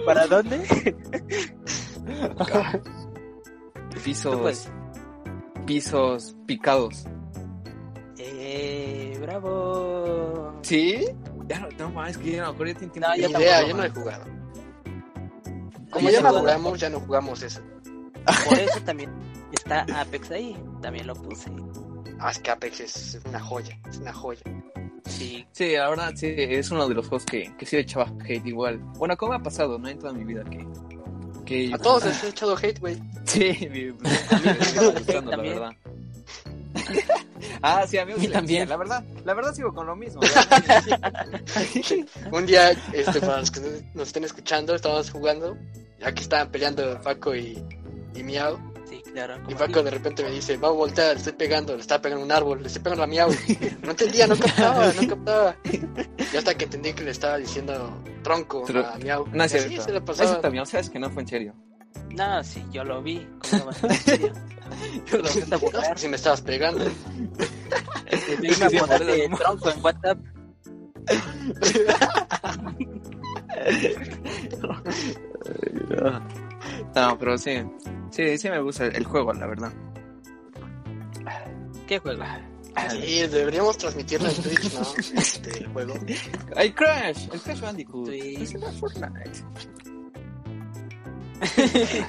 E: ¿Para dónde? Tú
D: Pisos.
E: puedes.
D: Pisos picados.
E: Eh, bravo.
D: ¿Sí? Ya no, no más, que yo no me acuerdo. Yo
E: No,
A: Ni
E: yo tampoco,
A: idea, yo
E: man.
A: no he jugado. Como
E: Yo
A: ya no
E: tampoco.
A: jugamos, ya no jugamos eso.
E: Por eso también está Apex ahí, también lo puse.
A: Ah, es que Apex es una joya, es una joya.
E: Sí,
D: Sí, ahora sí, es uno de los juegos que, que sí le echaba hate igual. Bueno, ¿cómo ha pasado, no? En toda mi vida que... que
A: A todos les he echado hate, güey.
D: Sí, mi, a mí me estaba gustando, la
E: También.
D: verdad. ah, sí, a mí
F: mí también.
D: La verdad, la verdad sigo con lo mismo.
A: Un día, este, para los que nos estén escuchando, estábamos jugando. y Aquí estaban peleando Paco y, y Miau.
E: sí, claro.
A: Y
E: como
A: Paco de repente me dice, va a voltear, le estoy pegando, le estaba pegando a un árbol, le estoy pegando a Miau. No entendía, no captaba, no captaba. Y hasta que entendí que le estaba diciendo tronco
D: Tro-
A: a Miau.
D: No es
A: Y así
D: cierto.
A: se la pasaba.
D: Eso también, sabes que no fue en serio.
E: No, sí, yo lo vi. ¿Cómo no va a ser en serio?
D: Yo
E: Te
D: lo-
E: vas a
A: No, pues,
E: burlar,
A: si me estabas pegando.
E: te iba a
D: Sí,
E: poner
D: sí,
E: de tronco en WhatsApp.
D: No, pero sí. Sí, sí me gusta el juego, la verdad.
E: ¿Qué juego?
A: Sí, deberíamos transmitirlo en Twitch, ¿no? Este, el juego.
D: ¡Ay, Crash! El Crash Bandicoot.
E: Sí.
D: Es una Fortnite.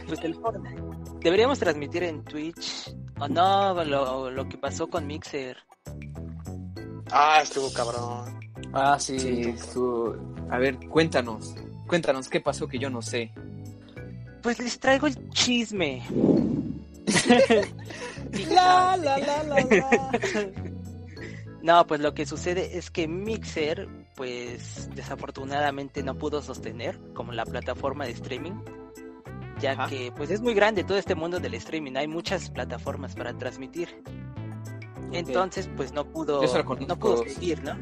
E: Pues el Fortnite. Deberíamos transmitir en Twitch. O no, lo, lo que pasó con Mixer.
A: Ah, estuvo cabrón.
D: Ah, sí.
A: Sí.
D: estuvo- A ver, cuéntanos. Cuéntanos qué pasó que yo no sé.
E: Pues les traigo el chisme.
F: La, la, la, la, la.
E: No, pues lo que sucede es que Mixer, pues desafortunadamente no pudo sostener como la plataforma de streaming, ya
D: Ajá.
E: que pues es muy grande todo este mundo del streaming, hay muchas plataformas para transmitir. Entonces, pues no pudo,
D: Yo se lo conozco.
E: no pudo seguir, ¿no?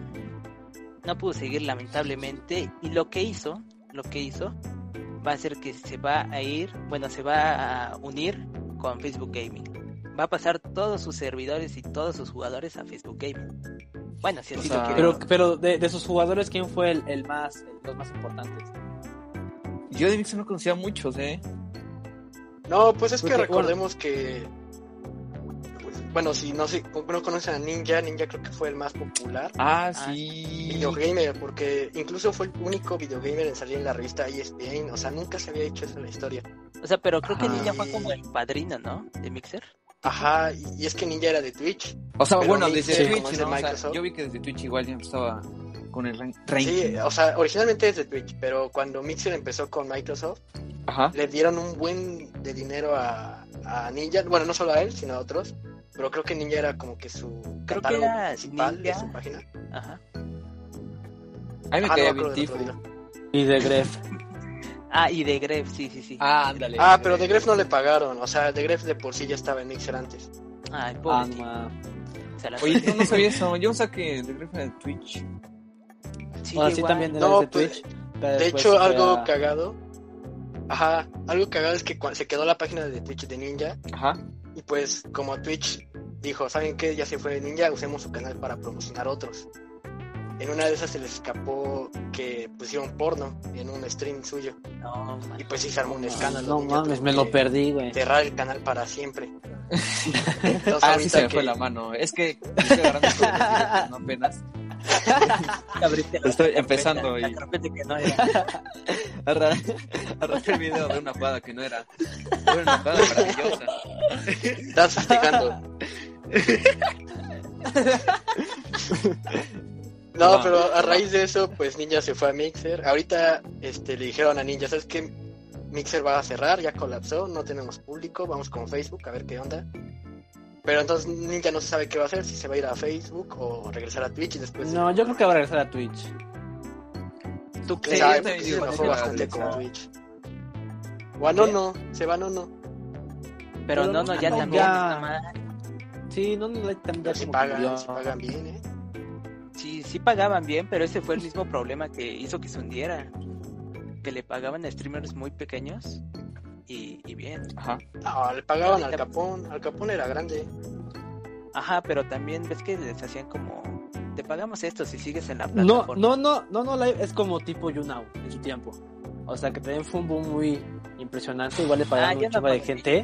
E: No pudo seguir lamentablemente y lo que hizo, lo que hizo va a ser que se va a ir, bueno, se va a unir con Facebook Gaming. Va a pasar todos sus servidores y todos sus jugadores a Facebook Gaming. Bueno, si
D: O
E: así
D: sea,
E: lo quieren.
F: Pero, pero de, de sus jugadores, ¿quién fue el, el más, los más importantes?
D: Yo de Mixer no conocía a muchos, ¿eh?
A: No, pues es que
F: Porque,
A: recordemos que. pues, bueno, si no, sé, no conocen a Ninja, Ninja creo que fue el más popular.
D: Ah,
A: video
D: sí.
A: Videogamer, porque incluso fue el único videogamer en salir en la revista E ESPN. O sea, nunca se había hecho eso en la historia.
E: O sea, pero creo que
D: Ajá.
E: Ninja fue como el padrino, ¿no? De Mixer.
A: Ajá, y, y es que Ninja era de Twitch.
D: O sea,
A: Pero
D: bueno,
A: Mixer,
D: desde
A: como
D: Twitch,
A: es de
D: ¿no? O sea,
A: Microsoft.
D: yo vi que desde Twitch igual ya empezaba con el rank.
A: Sí, o sea, originalmente es de Twitch, pero cuando Mixer empezó con Microsoft,
D: Ajá.
A: le dieron un buen de dinero a, a Ninja. Bueno, no solo a él, sino a otros. Pero creo que Ninja era como que su
E: Creo que
A: catálogo
E: era
A: principal
E: Ninja.
A: de su página.
E: Ajá.
D: A mí me
A: Ah,
D: caía
A: no, creo
D: bien
A: del otro
D: Tifu.
A: día.
F: Y de Gref.
E: Ah, y de Gref, sí, sí, sí.
D: Ah, ándale.
A: Ah, pero de Gref no le pagaron. O sea, de Gref de por sí ya estaba en Mixer antes.
E: Ay, pobre
F: Ah,
E: Steve,
F: ma.
E: se la-
D: Oye, yo no sabía eso. Yo no saqué de Gref en Twitch.
E: Sí,
D: Ah,
F: Bueno, sí,
E: igual.
F: también era
A: No,
F: de
A: pues,
F: Twitch.
A: De hecho, algo cagado. Ajá, algo cagado es que cua- se quedó la página de Twitch de Ninja.
D: Ajá.
A: Y pues, como Twitch dijo, ¿saben qué? Ya se fue Ninja, usemos su canal para promocionar otros. en una de esas se les escapó que pusieron porno en un stream suyo.
E: No,
A: Y
E: man.
A: pues sí se armó un escándalo.
F: Ah, No
A: y yo
F: mames,
A: tuve
F: me lo
A: que
F: perdí, güey.
A: Cerrar el canal para siempre. Entonces,
D: Ah, sí
A: ahorita
D: se me
A: que-
D: fue la mano. Es que estoy agarrando todos los directos, no apenas.
E: Abriste la
D: Estoy
E: carpeta,
D: empezando
E: la
D: y-
E: carpeta que no era.
D: Arra- Arrastré el video de una fada que no era. Era una fada maravillosa.
A: Estás festejando. No,
D: No.
A: pero a raíz de eso, pues Ninja se fue a Mixer. Ahorita este, le dijeron a Ninja, ¿sabes qué? Mixer va a cerrar, ya colapsó, no tenemos público, vamos con Facebook a ver qué onda. Pero entonces Ninja no se sabe qué va a hacer, si se va a ir a Facebook o regresar a Twitch y después...
F: No, yo creo que va a regresar a Twitch.
A: ¿Quién
D: ¿Tú crees?
A: sabe?
D: Yo
A: Porque sí
D: también
A: se
D: digo que
A: enojó
D: va a
A: bastante con
D: regresar.
A: Twitch. O a Nono, se va Nono.
E: Pero no, no, ya
D: Ah,
F: No,
E: también.
F: ya.
E: está mal.
F: Sí, no, no, también ya
A: Pero si
F: como que murió.
A: pagan, si pagan bien, ¿eh?
E: Sí, sí pagaban bien, pero ese fue el mismo problema que hizo que se hundiera. Que le pagaban a streamers muy pequeños y, y bien.
D: Ajá.
A: No, le pagaban al Capón, al Capón era grande.
E: Ajá, pero también ves que les hacían como, te pagamos esto si sigues en la
F: No,
E: plataforma.
F: no, no, no, no, live es como tipo YouNow en su tiempo. O sea, que también fue un boom muy impresionante. Igual le
E: Ah,
F: pagaron
E: ya
F: un chingo de
E: pagué.
F: gente.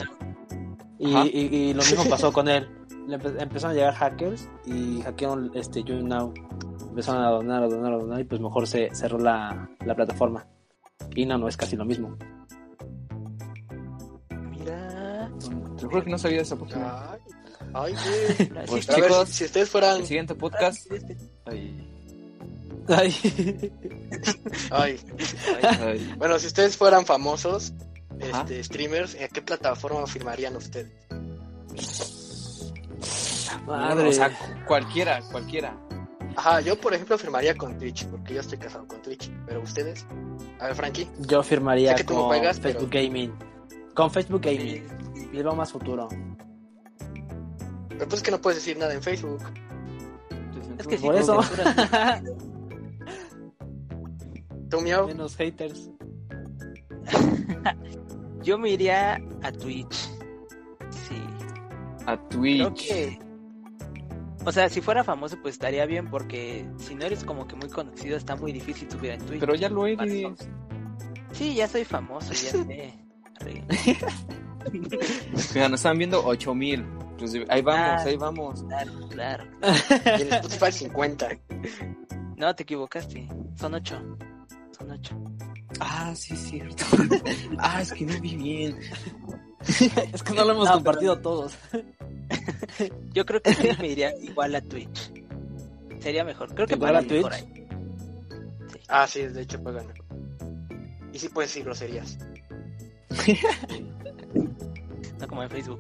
F: Y,
D: Ajá.
F: y- y lo mismo pasó con él. Le empe- empezaron a llegar hackers y hackearon este YouNow. Empezaron a donar, a donar, a donar. Y pues mejor se cerró la, la plataforma. Y no, no es casi lo mismo.
E: Mira,
D: Te juro que no sabía de esa Pokémon.
A: Ay, ay, güey.
E: la-
D: Pues,
E: sí,
A: A ver,
D: Chicos.
A: si ustedes fueran.
D: El siguiente podcast.
E: este-
D: Ay,
F: Ay.
A: Ay,
D: ay.
A: bueno, si ustedes fueran famosos,
D: Ajá.
A: este, streamers, ¿en qué plataforma firmarían ustedes?
D: No,
F: Madre.
D: o sea, cualquiera, cualquiera.
A: Ajá, yo por ejemplo firmaría con Twitch, porque yo estoy casado con Twitch. Pero ustedes, a ver, Frankie,
F: Yo firmaría
A: Sé que tú no
F: con
A: juegas, pero-
F: Facebook Gaming. Con Facebook
E: Sí,
F: Gaming. Le veo más futuro.
A: pero pues es que no puedes decir nada en Facebook.
E: es que sí,
F: Por eso.
E: con censuras.
A: Tú, miau,
F: Menos haters.
E: yo me iría a Twitch. Sí.
D: A
E: Creo
D: Twitch.
E: que... O sea, si fuera famoso pues estaría bien porque si no eres como que muy conocido está muy difícil tu vida en Twitch.
D: Pero ya lo
E: Para
D: eres.
E: eso. Sí, ya soy famoso, ya sé. Arre.
D: Mira, nos están viendo 8000. Pues ahí vamos,
E: Ah.
D: ahí vamos.
E: Claro, claro.
A: y en Spotify 50.
E: No, te equivocaste. Son ocho. Son ocho.
D: Ah, sí, es cierto. ah, es que no vi bien.
F: Es que no lo hemos
E: No,
F: compartido todos.
E: Yo creo que sí me iría igual a Twitch. Sería mejor. Creo que
F: ¿Igual
E: para
F: a Twitch?
E: mejor ahí.
A: Ah, sí, de hecho pagan. Y sí puedes decir groserías.
E: No como en Facebook.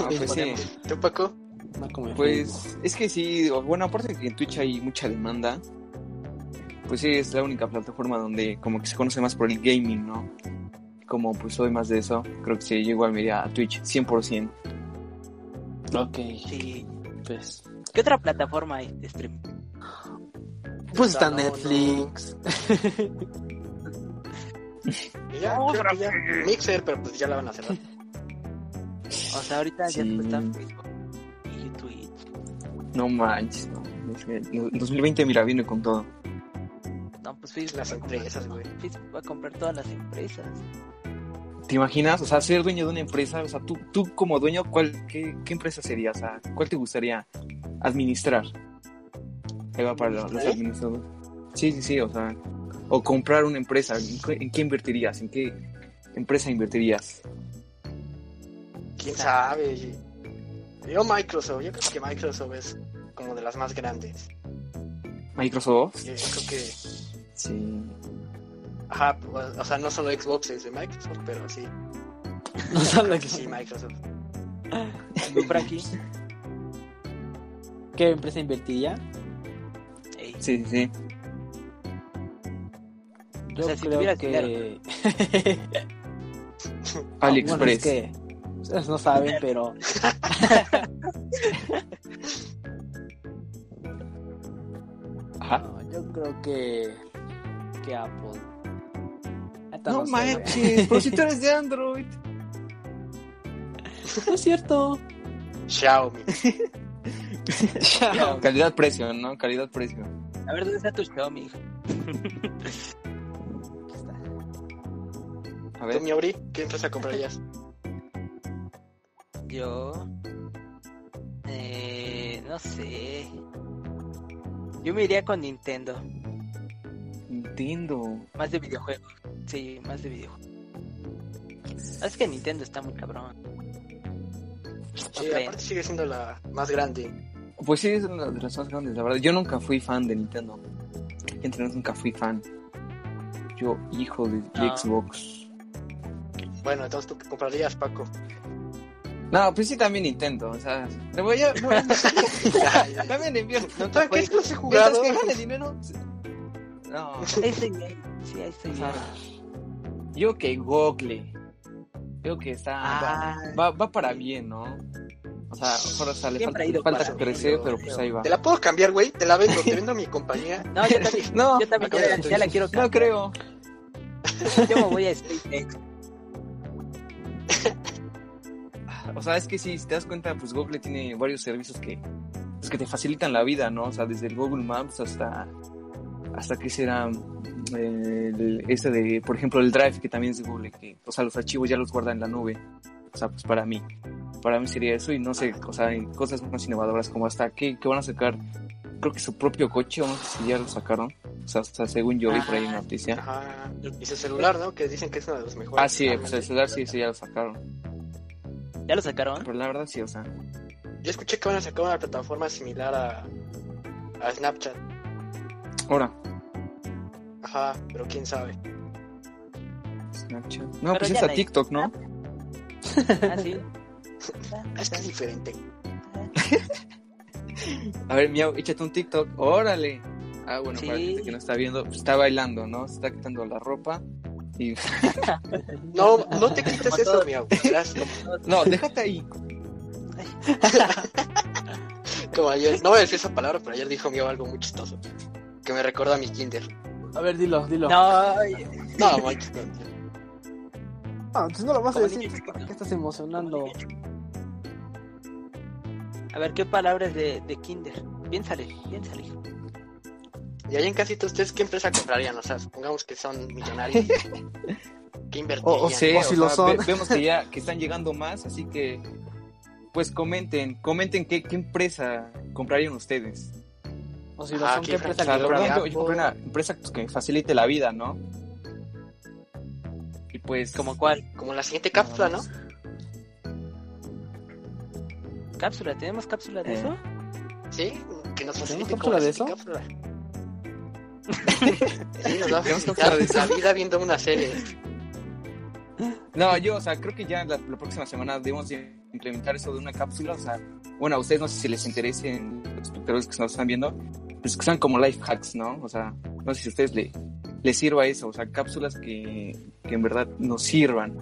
D: Ah, pues sí.
A: ¿Tú, Paco?
F: No como en
D: Pues es que sí, o- bueno, aparte que en Twitch hay mucha demanda, pues sí, es la única plataforma donde como que se conoce más por el gaming, ¿no? Como pues soy más de eso, creo que sí, yo igual me iría a Twitch, 100%.
F: Facebook. Ok,
E: Sí.
F: pues.
E: ¿Qué otra plataforma hay de stream?
F: Pues está
A: No, no,
F: Netflix.
A: Y ya, creo que ya. Mixer, pero pues ya la van a cerrar.
E: O sea, ahorita ya
D: Sí.
E: solo está Facebook y Twitch.
D: No manches, no. es que el 2020, mira, viene con todo.
E: No, pues Facebook.
A: Las
E: va a comprar-
A: empresas, güey.
E: Facebook va a comprar todas las empresas.
D: ¿Te imaginas? O sea, ser dueño de una empresa, o sea, tú, tú como dueño, ¿cuál, qué, qué empresa serías? O sea, ¿cuál te gustaría administrar? Ahí va para los administradores. Sí, sí, sí, o sea, o comprar una empresa, ¿en qué, en qué invertirías? ¿En qué empresa invertirías?
A: ¿Quién sabe? Yo Microsoft, yo creo que Microsoft es como de las más grandes.
D: ¿Microsoft?
A: Yo, yo creo que,
D: Sí.
A: ajá, o, o sea, no solo Xbox es de Microsoft, pero sí,
F: No sabe
A: creo que sí, Microsoft.
E: ¿Tú, Frankie?
F: qué empresa invertiría.
E: Ey,
D: Sí, sí, sí.
F: Yo
E: sea, si
F: creo
E: tuvieras
F: que.
D: AliExpress.
F: Ah, Bueno, es que. Ustedes no saben, pero.
D: Ajá.
F: no, yo creo que. Que Apple. Neta,
D: No
F: sé,
D: manches, pero si tú eres de Android.
F: güey. No es cierto.
D: Pues,
A: Xiaomi.
D: Calidad-precio, ¿no? Calidad-precio.
E: A ver, ¿dónde está tu Xiaomi? hijo?
D: A
A: ¿Tú,
D: ver,
A: mi Ori, qué empresa comprarías?
E: Yo. Eh, no sé. Yo me iría con Nintendo.
D: Nintendo.
E: Más de videojuegos. Sí, más de videojuegos. Ah, Es que Nintendo está muy cabrón.
A: Sí,
E: Ok.
A: aparte sigue siendo la más grande.
D: Pues sí, es una de las más grandes, la verdad. Yo nunca fui fan de Nintendo. Entre nosotros nunca fui fan. Yo, hijo de
E: Ah.
D: Xbox.
A: Bueno, entonces tú qué comprarías, Paco.
D: No, pues sí, también Nintendo. O sea, le voy a. voy a- también le invierto.
A: ¿Saben qué?
D: Oye,
A: Es que los he
D: pues, ¿Piensas
A: jugado.
D: que gane dinero? No.
E: Ahí estoy bien. Sí, ahí estoy bien.
D: Yo que Google. Yo que está.
E: Ah.
D: va, va, va para bien, ¿no? O sea, ahora o sea, le
E: Siempre
D: falta,
E: ha ido
D: le falta
E: para
D: crecer,
A: bien,
D: pero
A: yo
D: pues
A: creo.
D: ahí va.
A: Te la puedo cambiar, güey. Te la vendo. Te vendo mi compañía.
E: No, yo también,
D: No,
E: yo también ya, ya la quiero
D: no
E: cambiar.
D: creo.
E: Yo me voy a SpaceX.
D: O sea, es que sí, si te das cuenta, pues Google tiene varios servicios que, pues, que te facilitan la vida, ¿no? O sea, desde el Google Maps hasta, hasta que será mm, el, este de, por ejemplo, el Drive, que también es de Google, que, o sea, los archivos ya los guarda en la nube. O sea, pues para mí, para mí sería eso y no sé, o sea, hay cosas más innovadoras como hasta que, que van a sacar, creo que su propio coche, o no sé si ya lo sacaron. O sea, hasta según yo vi por ahí una noticia.
A: Ajá. Y su celular, ¿no? Que dicen que es uno de los mejores.
D: Ah, sí, pues el celular sí, sí, ya lo sacaron.
E: ¿Ya lo sacaron?
D: Pero la verdad sí, o sea.
A: Yo escuché que van a sacar una plataforma similar a, a Snapchat.
D: Ahora,
A: Ajá, pero quién sabe.
D: Snapchat. No,
E: Pero
D: pues
E: ya
D: es a
E: la-
D: TikTok, ¿no?
E: Ah, sí.
A: Es que es diferente.
D: A ver, Miau, échate un TikTok. Órale. Ah, bueno,
E: Sí.
D: para la gente que no está viendo, pues, está bailando, ¿no? Se está quitando la ropa. Y...
A: No, no te quites eso, mi amor. Gracias.
D: No, déjate ahí.
A: Como ayer. No voy a decir esa palabra, pero ayer dijo mi amor algo muy chistoso. Que me recuerda a mi kinder.
F: A ver, dilo, dilo.
E: No,
A: No, muy chistoso.
F: Ah, pues no lo vas a
E: Como
F: decir.
E: niño chiquito.
F: ¿Para qué estás emocionando?
E: a ver, ¿qué palabras de, de Kinder? Piénsale, piénsale. hijo.
A: Y ahí en casita, ¿ustedes qué empresa comprarían? O sea, supongamos que son millonarios. ¿Qué invertirían?
D: O, o sí,
F: O si
D: o
F: lo
D: sea,
F: son.
D: ve- vemos que ya que están llegando más, así que pues comenten, comenten qué, qué empresa comprarían ustedes.
F: O si lo
A: Ah,
F: son,
A: qué
F: ¿qué empresa
D: O sea,
A: Apple,
D: la verdad, yo,
A: Apple.
D: yo compré una empresa pues, que me facilite la vida, ¿no? Y pues
E: ¿Como cuál?
A: Como la siguiente cápsula, ¿no?
E: ¿Cápsula? ¿Tenemos cápsula de
D: Eh.
E: eso?
A: Sí, que nos facilite
F: ¿Tenemos
A: como la
F: cápsula
A: siguiente cápsula. Sí, nos va a
D: ¿Tenemos
A: facilitar
D: cápsula de eso?
A: la vida viendo una serie.
D: No, yo, o sea, creo que ya la, la próxima semana debemos de implementar eso de una cápsula, o sea, bueno, a ustedes no sé si les interesen los espectadores que nos están viendo, pues que sean como life hacks, ¿no? O sea, no sé si a ustedes le, les sirva eso, o sea, cápsulas que, que en verdad nos sirvan.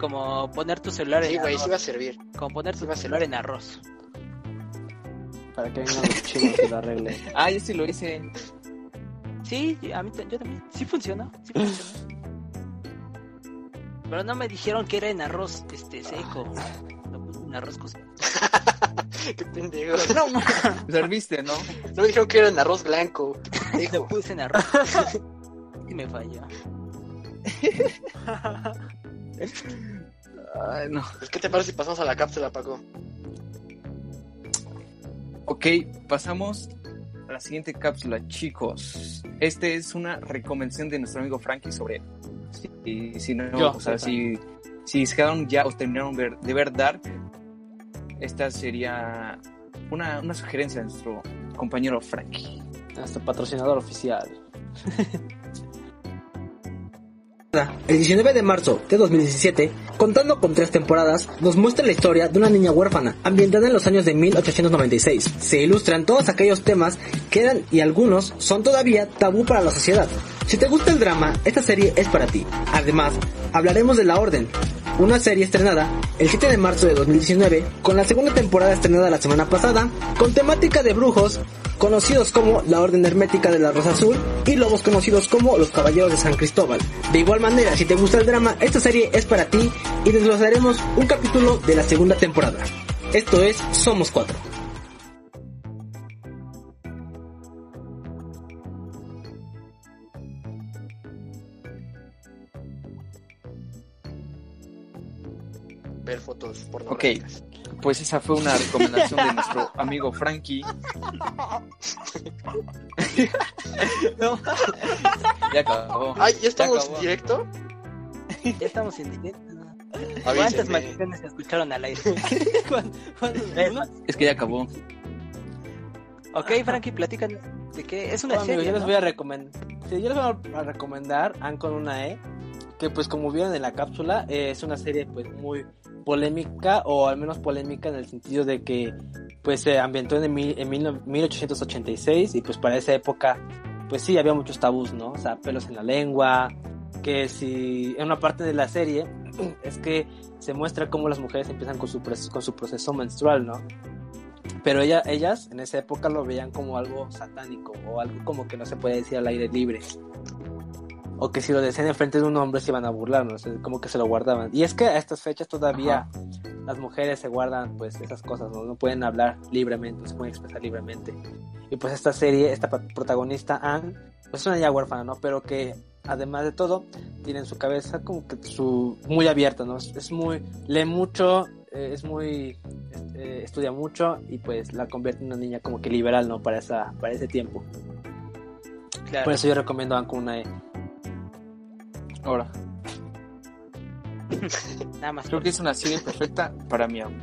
E: Como poner tu celular en
A: Sí, güey,
E: arroz.
A: sí va a servir.
E: Como poner tu
A: sí va a
E: celular en arroz.
F: Para que vengan los chinos y lo arreglen.
D: Ah, yo sí lo hice.
E: Sí, a mí ta- yo también. Sí funcionó, sí funcionó. Pero no me dijeron que era en arroz este seco. Lo puse en arroz cocido.
A: Qué pendejo.
D: No, serviste, pues, ¿no?
A: No me dijeron que era en arroz blanco.
E: Lo
A: Dijo,
E: puse en arroz. y me falló.
D: Ay, no.
A: pues, ¿qué te parece si pasamos a la cápsula, Paco?
D: Ok, pasamos a la siguiente cápsula, chicos. Este es una recomendación de nuestro amigo Frankie sobre si, si no,
F: Yo,
D: o sea,
F: soy
D: si, si se quedaron ya o terminaron ver- de ver Dark, esta sería una, una sugerencia de nuestro compañero Frankie.
F: Nuestro patrocinador oficial.
H: El 19 de marzo de 2017, contando con tres temporadas, nos muestra la historia de una niña huérfana, ambientada en los años de 1896. Se ilustran todos aquellos temas que eran y algunos son todavía tabú para la sociedad. Si te gusta el drama, esta serie es para ti. Además, hablaremos de La Orden, una serie estrenada el 7 de marzo de 2019, con la segunda temporada estrenada la semana pasada, con temática de brujos, conocidos como la Orden Hermética de la Rosa Azul y lobos conocidos como los Caballeros de San Cristóbal. De igual manera, si te gusta el drama, esta serie es para ti y desglosaremos un capítulo de la segunda temporada.
I: Esto es Somos 4.
A: ver fotos
D: Ok,
A: pornográficas.
D: pues esa fue una recomendación de nuestro amigo Frankie. No. Ya acabó.
A: Ay, ¿ya estamos
D: acabó.
A: en directo?
E: Ya estamos en directo. ¿Cuántas
A: este,
D: Avísenme.
E: maldiciones se escucharon al aire? Eh,
D: Es que ya acabó.
E: ok, Frankie, platican de qué. Es una
F: Bueno,
E: serie.
F: amigos, Ah, yo les
E: ¿no?
F: voy a recomendar. Sí, yo les voy a a recomendar An con una E, que pues como vieron en la cápsula, eh, es una serie pues muy polémica, o al menos polémica en el sentido de que pues se ambientó en, el mil- en mil no- 1886 y pues para esa época pues sí había muchos tabús, ¿no? O sea, pelos en la lengua, que si en una parte de la serie es que se muestra cómo las mujeres empiezan con su, proces- con su proceso menstrual, ¿no? Pero ella, ellas en esa época lo veían como algo satánico o algo como que no se puede decir al aire libre. O que si lo decían enfrente de un hombre se iban a burlar, ¿no? O sea, como que se lo guardaban. Y es que a estas fechas todavía las mujeres se guardan pues esas cosas, ¿no? No pueden hablar libremente, no se pueden expresar libremente. Y pues esta serie, esta pa- protagonista, Anne, pues es una ya huérfana, ¿no? Pero que además de todo tiene en su cabeza como que su... muy abierta, ¿no? Es, es muy... lee mucho, eh, es muy eh, estudia mucho y pues la convierte en una niña como que liberal, ¿no? Para, esa, para ese tiempo.
E: Claro.
F: Por eso yo recomiendo Ancuna E.
D: Ahora,
E: Nada más.
D: creo que es una serie perfecta para mi amo.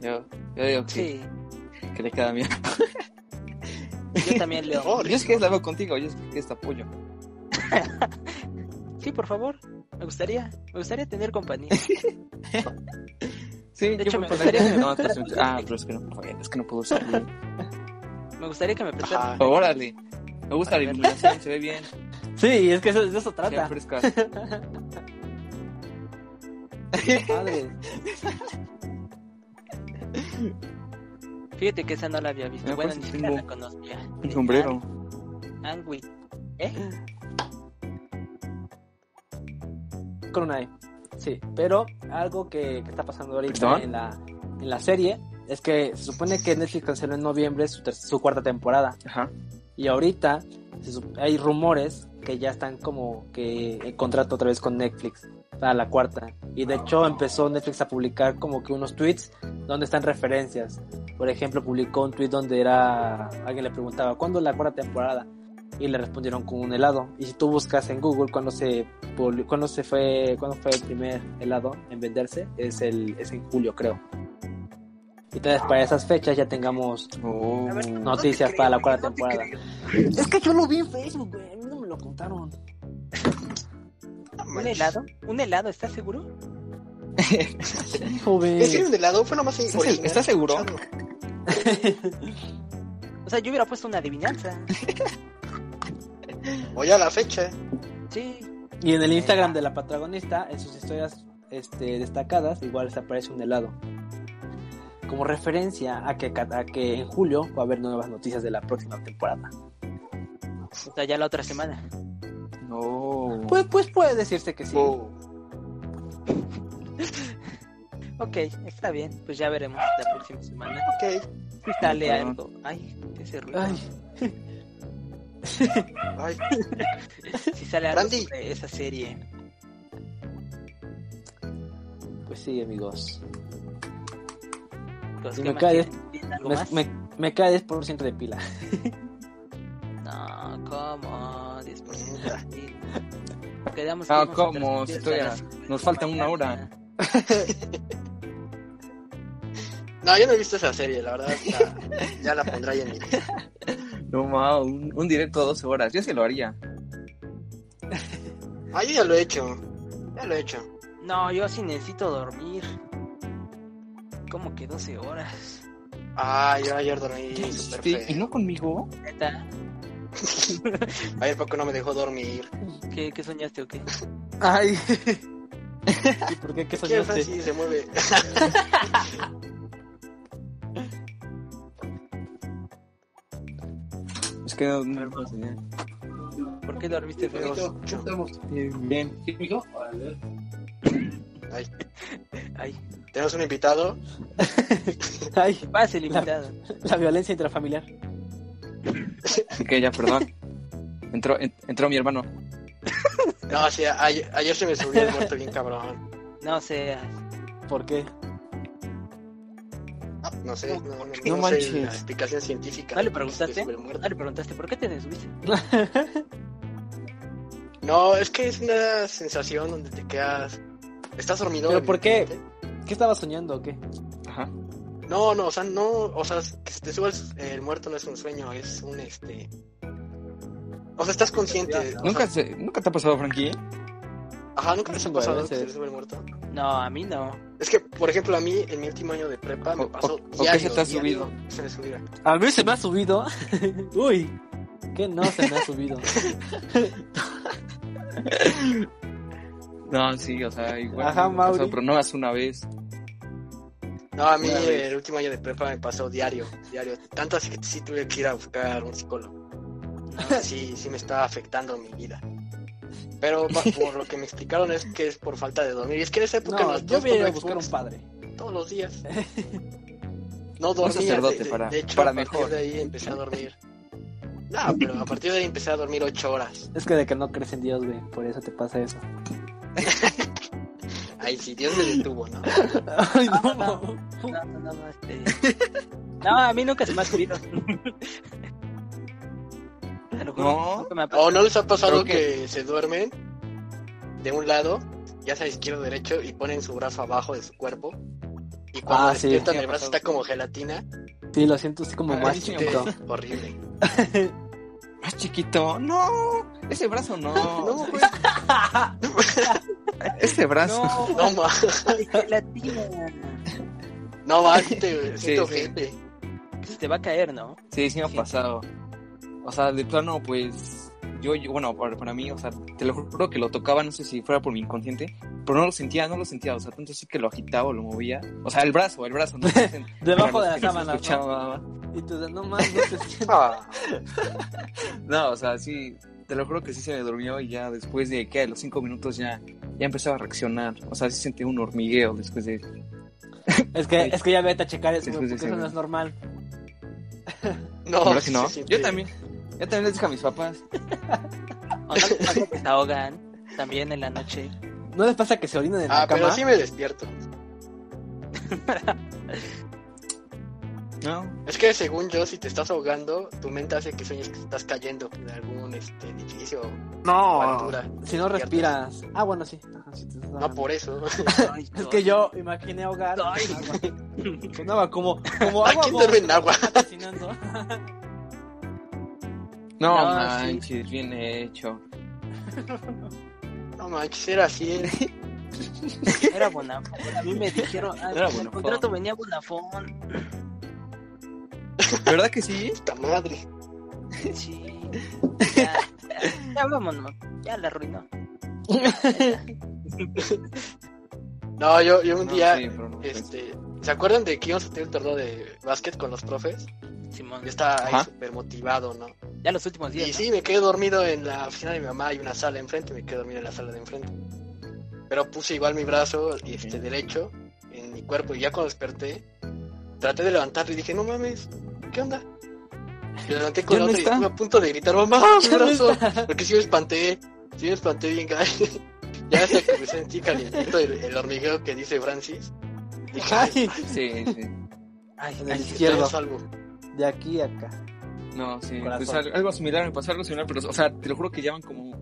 D: Yo, yo digo que,
E: Sí,
D: que le queda a mi amo.
E: yo también leo.
D: Yo es que la veo contigo, yo es que te apoyo.
E: Sí, por favor. Me gustaría, me gustaría tener compañía.
D: Sí,
E: De
D: yo
E: hecho, me
D: voy por-
E: gustaría que-
D: No, pero es- Ah, pero es que no, es que no puedo salir.
E: Me gustaría que me prestaran.
A: Ajá.
D: Órale. Me gusta la iluminación, se ve bien.
F: Sí, es que eso, de
D: Se
F: eso
D: ve
F: trata.
D: fresca.
F: Padre.
E: Fíjate que esa no la había visto.
D: Me
E: bueno,
D: parece
E: ni
D: que
E: siquiera
D: tengo
E: la conocía.
D: Un sombrero.
E: Angui.
F: Con una E. Sí, pero algo que, que está pasando ahorita
D: ¿Perdón?
F: en la, en la serie es que se supone que Netflix canceló en noviembre su, ter- su cuarta temporada.
D: Ajá.
F: Y ahorita se sup- hay rumores que ya están como que el contrato otra vez con Netflix para la cuarta. Y de hecho empezó Netflix a publicar como que unos tweets donde están referencias. Por ejemplo, publicó un tweet donde era alguien le preguntaba, ¿cuándo la cuarta temporada? Y le respondieron con un helado. Y si tú buscas en Google cuándo se publi- cuándo se fue cuándo fue el primer helado en venderse, es el es en julio, creo. Y entonces para esas fechas ya tengamos
D: Oh.
F: noticias para la cuarta temporada. Es que yo lo vi en Facebook, güey. A mí no me lo contaron.
A: Pues.
E: ¿Un helado? ¿Un helado? ¿Estás seguro?
F: Joven.
A: ¿Es un helado? Fue nomás
D: ¿Estás, estás seguro?
E: O sea, yo hubiera puesto una adivinanza.
A: Oye, a la fecha.
E: Sí.
F: Y en el Instagram de la protagonista, en sus historias este, destacadas, igual se aparece un helado. Como referencia a que, ca- a que en julio va a haber nuevas noticias de la próxima temporada.
E: O sea, ya la otra semana.
D: No.
F: Pues, pues puede decirse que sí.
A: Wow.
E: Ok, está bien. Pues ya veremos la próxima semana.
A: Ok.
E: Si sale
D: Perdón.
E: algo. Ay, ese ruido.
F: Ay,
A: Ay,
E: Si sale algo
A: Randy.
E: de esa serie.
F: pues sí, amigos.
E: Pues,
F: Si
E: ¿qué
F: me
E: más
F: calles,
E: tienes? ¿Tienes algo
F: Me,
E: más?
F: me, me cae 10% de pila.
E: No, ¿cómo? 10% de así. Quedamos
D: Ah,
E: que íbamos a
D: ¿cómo?
E: transmitir
D: Si todavía
E: hasta las
D: nos falta una hora.
E: mañana.
A: No, yo no he visto esa serie, la verdad. la- ya la pondrá ahí en mi.
D: No, ma, un, un directo de 12 horas. Yo sí lo haría.
A: Ah, yo ya lo he hecho. Ya lo he hecho.
E: No, yo sí necesito dormir. ¿Cómo que 12 horas?
A: Ah, yo ayer dormí súper
D: Sí, ¿Y
A: feo.
D: no conmigo?
E: Neta,
A: Ayer Paco no me dejó dormir.
E: ¿Qué, qué soñaste o qué?
D: Ay.
F: ¿Y por qué? ¿Qué
A: ¿Quién fue
F: soñaste?
A: así? Se mueve.
D: Es que no, no lo puedo enseñar.
E: ¿Por qué dormiste feo?
D: Bien.
E: Ay,
A: Tenemos un invitado.
F: Ay,
E: Fácil, invitado.
F: la violencia intrafamiliar.
D: Así que ya, perdón. Entró, en- entró mi hermano.
A: No, sí, a- ayer, ayer se me subió el muerto bien cabrón.
E: No seas.
F: ¿Por qué?
A: No sé, no, no,
D: No
A: no
D: manches.
A: sé la explicación científica.
E: ¿No le
A: de
E: preguntaste?
A: que se sube el muerto.
E: Ah, le preguntaste, ¿por qué te subiste?
A: No, es que es una sensación donde te quedas. Estás dormido.
F: ¿Pero por qué?
A: evidentemente.
F: ¿Qué estabas soñando o qué?
D: Ajá.
A: No, no, o sea, no. O sea, que se te suba el, el muerto no es un sueño, es un este. O sea, estás consciente. o
D: ¿Nunca,
A: sea,
D: se- ¿Nunca te ha pasado, Frankie? eh?
A: ajá, nunca les ha
F: Bueno,
A: pasado que
F: ese-
A: se te sube el muerto.
E: No, a mí no.
A: Es que, por ejemplo, a mí en mi último año de prepa me
D: O-
A: pasó.
D: o- ¿o qué se te ha subido?
A: Se me subía.
F: A mí se me ha subido. Uy, que no se me ha subido.
D: No, sí, o sea, igual.
F: Ajá,
D: me ha pasado,
F: Mauri.
D: Pero no más una vez.
A: No, a mí
D: Una vez.
A: el último año de prepa me pasó diario, diario. Tanto así que sí tuve que ir a buscar un psicólogo. Sí, sí me estaba afectando mi vida. Pero va- por lo que me explicaron es que es por falta de dormir. Y es que en esa época
F: No,
A: nos-
F: yo
A: nos
F: voy a ir a
A: tocó
F: buscar un
A: Xbox
F: padre.
A: todos los días. No dormía.
D: sacerdote
A: de- de,
D: para-
A: de hecho,
D: para
A: a partir
D: mejor.
A: de ahí empecé a dormir. No, pero a partir de ahí empecé a dormir ocho horas.
F: Es que de que no crees en Dios, güey, por eso te pasa eso.
A: Ahí sí, Dios me detuvo, ¿no?
F: Ay, no.
E: No, no, no, no, este... no a mí nunca se me ha subido. Te lo juro,
D: No.
E: nunca me ha pasado.
A: ¿O no les ha pasado
D: Creo
A: que... se duermen de un lado, ya sea izquierdo o derecho, y ponen su brazo abajo de su cuerpo? Y cuando
F: Ah, sí.
A: despiertan,
D: Sí, me
A: el brazo
D: ha pasado.
A: está como gelatina.
F: Sí, lo siento así como
D: Ay,
F: más
D: sí,
F: chiquito.
A: Ah, Es horrible.
D: Más chiquito. No. Ese brazo no.
A: No, güey.
D: Ese brazo.
E: No,
A: No más.
E: gelatina.
A: No más. Te
D: Sí,
A: siento
D: sí.
A: gente.
E: Que Se te va a caer, ¿no?
D: Sí, sí me ha
E: Sí.
D: pasado. O sea, de plano, pues. Yo, yo- bueno, para, para mí, o sea, te lo juro que lo tocaba, no sé si fuera por mi inconsciente, pero no lo sentía, no lo sentía, o sea, tanto así que lo agitaba o lo movía. O sea, el brazo, el brazo, no
F: Debajo de
D: Para
F: la
D: los que nos
F: sábana. ¿no? Ah,
D: escuchaba.
F: Y tú, no más, no se siente.
D: No, o sea, sí, te lo juro que sí se me durmió y ya después de que a los cinco minutos ya, ya empezaba a reaccionar. O sea, sí sentí un hormigueo después de.
F: Es que, es que ya vete a checar eso,
D: Sí, sí,
F: güey, porque
D: sí,
F: eso
D: sí.
F: no es normal.
A: No,
D: ¿Verdad que no?
A: se siente-
D: Yo también. Yo también les dije a mis papás.
E: O no les pasa que se ahogan también en la noche.
F: ¿No les pasa que se orinan en
A: Ah,
F: la
A: pero
F: cama?
A: sí me despierto.
D: No,
A: Es que según yo, si te estás ahogando, tu mente hace que sueñes que estás cayendo de algún este, edificio o altura.
F: Si no
A: Despiertas.
F: respiras. Ah, bueno, sí. Ajá, sí, te estás
A: No,
F: ahogando.
A: por eso.
E: Ay,
F: Es que yo imaginé ahogar.
E: Ay.
F: en agua. Sonaba como, como
A: ¿A
F: agua.
A: quién duerme en agua?
F: bomba cocinando.
E: No,
D: no, manches, bien hecho.
A: No manches, era así.
E: Era Bonafón. A mí me dijeron, ah,
D: Era
E: en el
D: Bonafón.
E: contrato venía Bonafón.
D: ¿Verdad que sí?
A: Puta madre.
E: Sí. Ya, ya, ya vámonos. Ya la arruinó.
A: No, yo, yo un
D: No,
A: día
D: sí, pero no, pues.
A: Este, ¿Se acuerdan de que íbamos a tener un torneo de básquet con los profes?
E: Simón.
A: Yo estaba ahí
D: Ajá.
A: súper motivado, ¿no?
E: Ya los últimos
A: Y
E: días. ¿no?
A: sí, me quedé dormido en la oficina de mi mamá, hay una sala enfrente, me quedé dormido en la sala de enfrente. Pero puse igual mi brazo este, derecho en mi cuerpo y ya cuando desperté, traté de levantarlo y dije, no mames, ¿qué onda? Y lo levanté con la
D: Ya no
A: otra y
D: está.
A: estuve a punto de gritar, mamá, mi
F: Ya no
A: brazo. Porque sí me espanté, sí me espanté bien, gacho. Ya hasta que me sentí calientito el, el hormigueo que dice Francis. Dije, "Ay,
F: Ay,
D: Sí, sí.
E: Ay,
F: En el
E: ay,
A: Izquierdo.
F: izquierdo. De aquí a acá.
D: No, sí.
F: Corazón.
D: pues al- algo similar, me pasó algo similar, pero, o sea, te lo juro que llevan como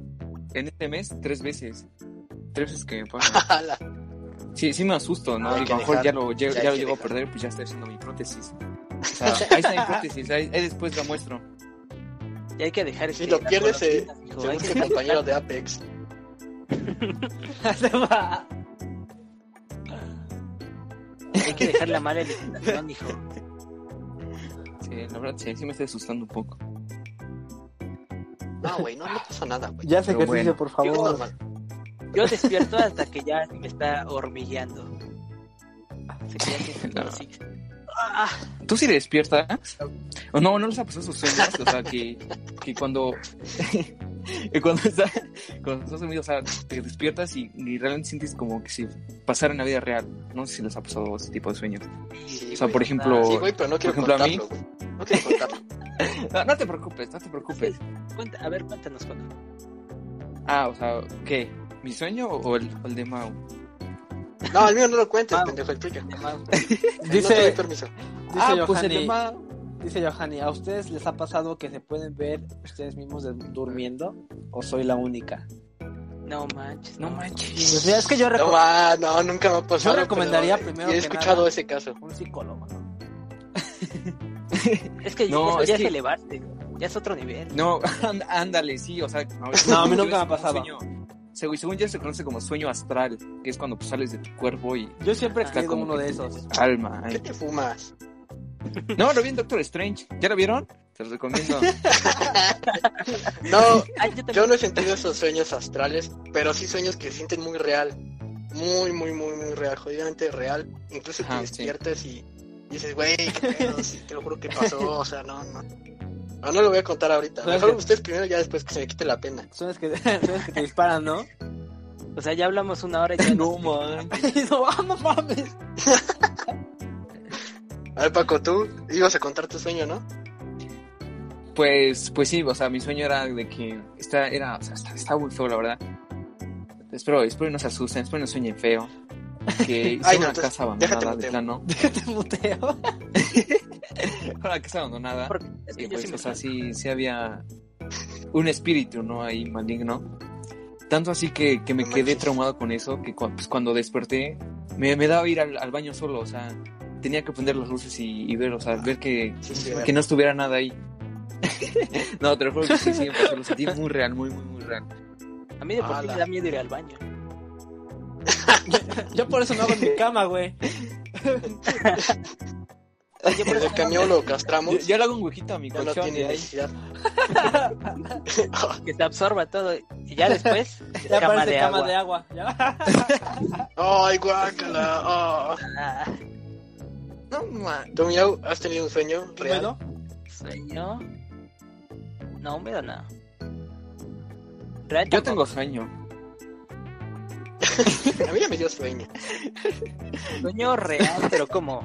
D: en este mes tres veces. Tres veces que me pasa.
A: Ala.
D: Sí, sí me asusto, ¿no?
A: Ah, hay
D: Digo,
A: que
D: a lo mejor
A: dejar,
D: ya lo, lle-
A: ya
D: ya,
A: hay
D: lo
A: que
D: llego a
A: dejar.
D: perder, pues ya estoy haciendo mi prótesis. O sea, ahí está mi prótesis, ahí, ahí después la muestro.
E: Y hay que dejar este
A: Si
E: que
A: lo
E: las
A: pierdes, eh,
E: golosinas, hijo,
A: se
E: hay
A: busca
E: que-
A: compañero de Apex.
F: Se va.
E: Hay que dejar la mala alimentación, hijo.
D: Sí, la verdad, sí, sí me estoy asustando un poco.
A: No, güey, no, no pasa nada, güey.
F: Ya se
D: Pero
F: ejercicio,
D: bueno.
F: por
A: Es
F: favor.
A: normal.
E: Yo despierto hasta que ya me está hormigueando. Así que ya siento
D: No.
E: así. Ah,
D: ¿Tú sí despiertas? ¿O no, no les ha pasado sus sueños? O sea, que, que cuando... Y cuando, está, cuando estás dormido, o sea, te despiertas y, y realmente sientes como que si pasara en la vida real. No sé si les ha pasado ese tipo de sueños.
A: Sí,
D: O sea,
A: güey.
D: por ejemplo-
A: Sí, güey, pero no
D: por
A: quiero
D: ejemplo, a mí-
A: contarlo, güey. No quiero contarlo.
D: No, no te preocupes, no te preocupes.
E: Cuenta- a ver, cuéntanos, cuéntanos.
D: Ah, o sea, ¿qué? ¿Mi sueño o el, o el de Mau?
A: No, el mío no lo cuentes,
F: Ah.
A: pendejo, el tuyo. No te doy
F: Dice,
A: permiso.
F: dice
D: ah,
F: Johanny,
D: pues el de Mau.
F: dice Johanny, ¿a ustedes les ha pasado que se pueden ver ustedes mismos de- durmiendo? ¿O soy la única?
E: No manches.
D: No
F: Y
D: manches.
F: pues, es que yo
A: No,
F: recuerdo
A: va, ah, no, nunca me ha pasado.
F: Yo recomendaría
A: pero
F: primero
A: He
F: que
A: escuchado
F: nada-
A: ese caso.
F: un psicólogo. ¿no?
E: Es que
D: No,
E: eso
D: es
E: ya
D: que-
E: es elevarte, güey. ya es otro nivel.
D: No, ánd- ándale, sí, o sea.
F: No, a mí nunca me ha pasado.
D: Según, según ya se conoce como sueño astral, que es cuando pues, sales de tu cuerpo y
F: Yo siempre he
E: Ah,
F: querido
D: como
F: uno
D: que-
F: de esos.
D: alma.
A: ¿Qué
D: ay.
A: te fumas?
D: No, lo vi en Doctor Strange. ¿Ya lo vieron? Te lo recomiendo.
A: No,
E: Ah, yo también.
A: yo no he sentido esos sueños astrales, pero sí sueños que sienten muy real. Muy, muy, muy, muy real. Jodidamente real. Incluso
D: Ajá,
A: te
D: sí.
A: despiertas y dices, güey, qué pedo, sí, te lo juro que pasó. O sea, no, no. Ah, No, no lo voy a contar ahorita.
F: ¿Sabes
A: Mejor
F: qué?
A: ustedes primero, ya después que se me quite la pena.
F: Son los que, son los que te disparan, ¿no?
E: O sea, ya hablamos una hora y ya
D: no manches.
F: no, ah, no mames.
A: A ver, Paco, tú ibas a contar tu sueño, ¿no?
D: Pues, pues sí, o sea, mi sueño era de que está, era, o sea, está, está muy feo, la verdad. Espero, espero que no se asusten, espero que no sueñen feo. Que hice
A: Ay, no,
D: una
A: entonces,
D: casa
A: déjate
D: abandonada de
A: muteo.
D: plano.
F: Déjate muteo.
D: Una casa abandonada.
E: Porque es que
D: Y
E: yo
D: pues,
E: sí me
D: o sea, sí, sí había un espíritu, ¿no? Ahí maligno. Tanto así que, que me
A: No
D: quedé
A: manches.
D: traumado con eso, que cua- pues, cuando desperté, me, me daba ir al, al baño solo, o sea, tenía que prender las luces y, y ver, o sea, ver que,
A: Sí, sí,
D: que no estuviera nada ahí. no, te lo juro que sí, sí, me pasó, lo sentí muy real, muy, muy, muy real.
E: A mí de por sí
A: Ala.
E: me da miedo ir al baño.
F: Yo por eso no hago en mi cama, güey.
A: Desde el camión lo castramos.
D: Yo, yo le hago un huequito a mi
A: Ya no
D: colchón y
A: tiene
D: ahí.
A: necesidad.
E: Que se absorba todo. Y ya después,
F: Ya
E: cama
F: parece
E: de
F: cama
E: agua.
F: de agua. Ya.
A: Ay, guácala. ah.
E: Ah,
D: No, ma-
A: ¿Tú, Miau, has tenido un sueño real?
F: Bueno,
E: sueño. No, me da nada. Real
D: Yo
E: tampoco.
D: tengo sueño.
A: A mí ya me dio sueño.
E: sueño real, pero como.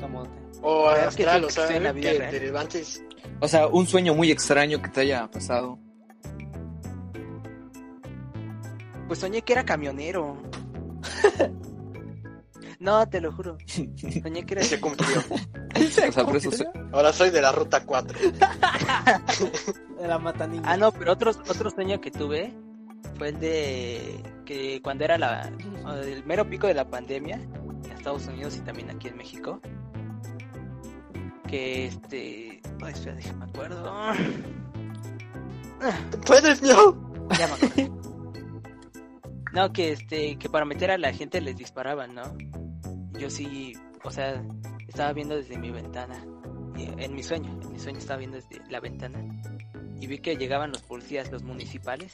F: como
A: O
E: Real,
A: astral,
E: que
A: o sea,
E: sea en la vida
A: que
E: real.
A: te levantes.
D: O sea, un sueño muy extraño que te haya pasado.
E: Pues soñé que era camionero. No, te lo juro. Soñé que era.
A: Y se cumplió.
D: O sea, por eso sue-
A: Ahora soy de la ruta 4.
F: de la mata niña.
E: Ah, no, pero otro, otro sueño que tuve fue el de que cuando era la, el mero pico de la pandemia en Estados Unidos y también aquí en México, que este. Ay, espera, déjame acuerdo.
A: ¡Puedes, Miau!
E: Ya me acuerdo. No, que este, que para meter a la gente les disparaban, ¿no? Yo sí, o sea, estaba viendo desde mi ventana, eh, en mi sueño, en mi sueño estaba viendo desde la ventana y vi que llegaban los policías, los municipales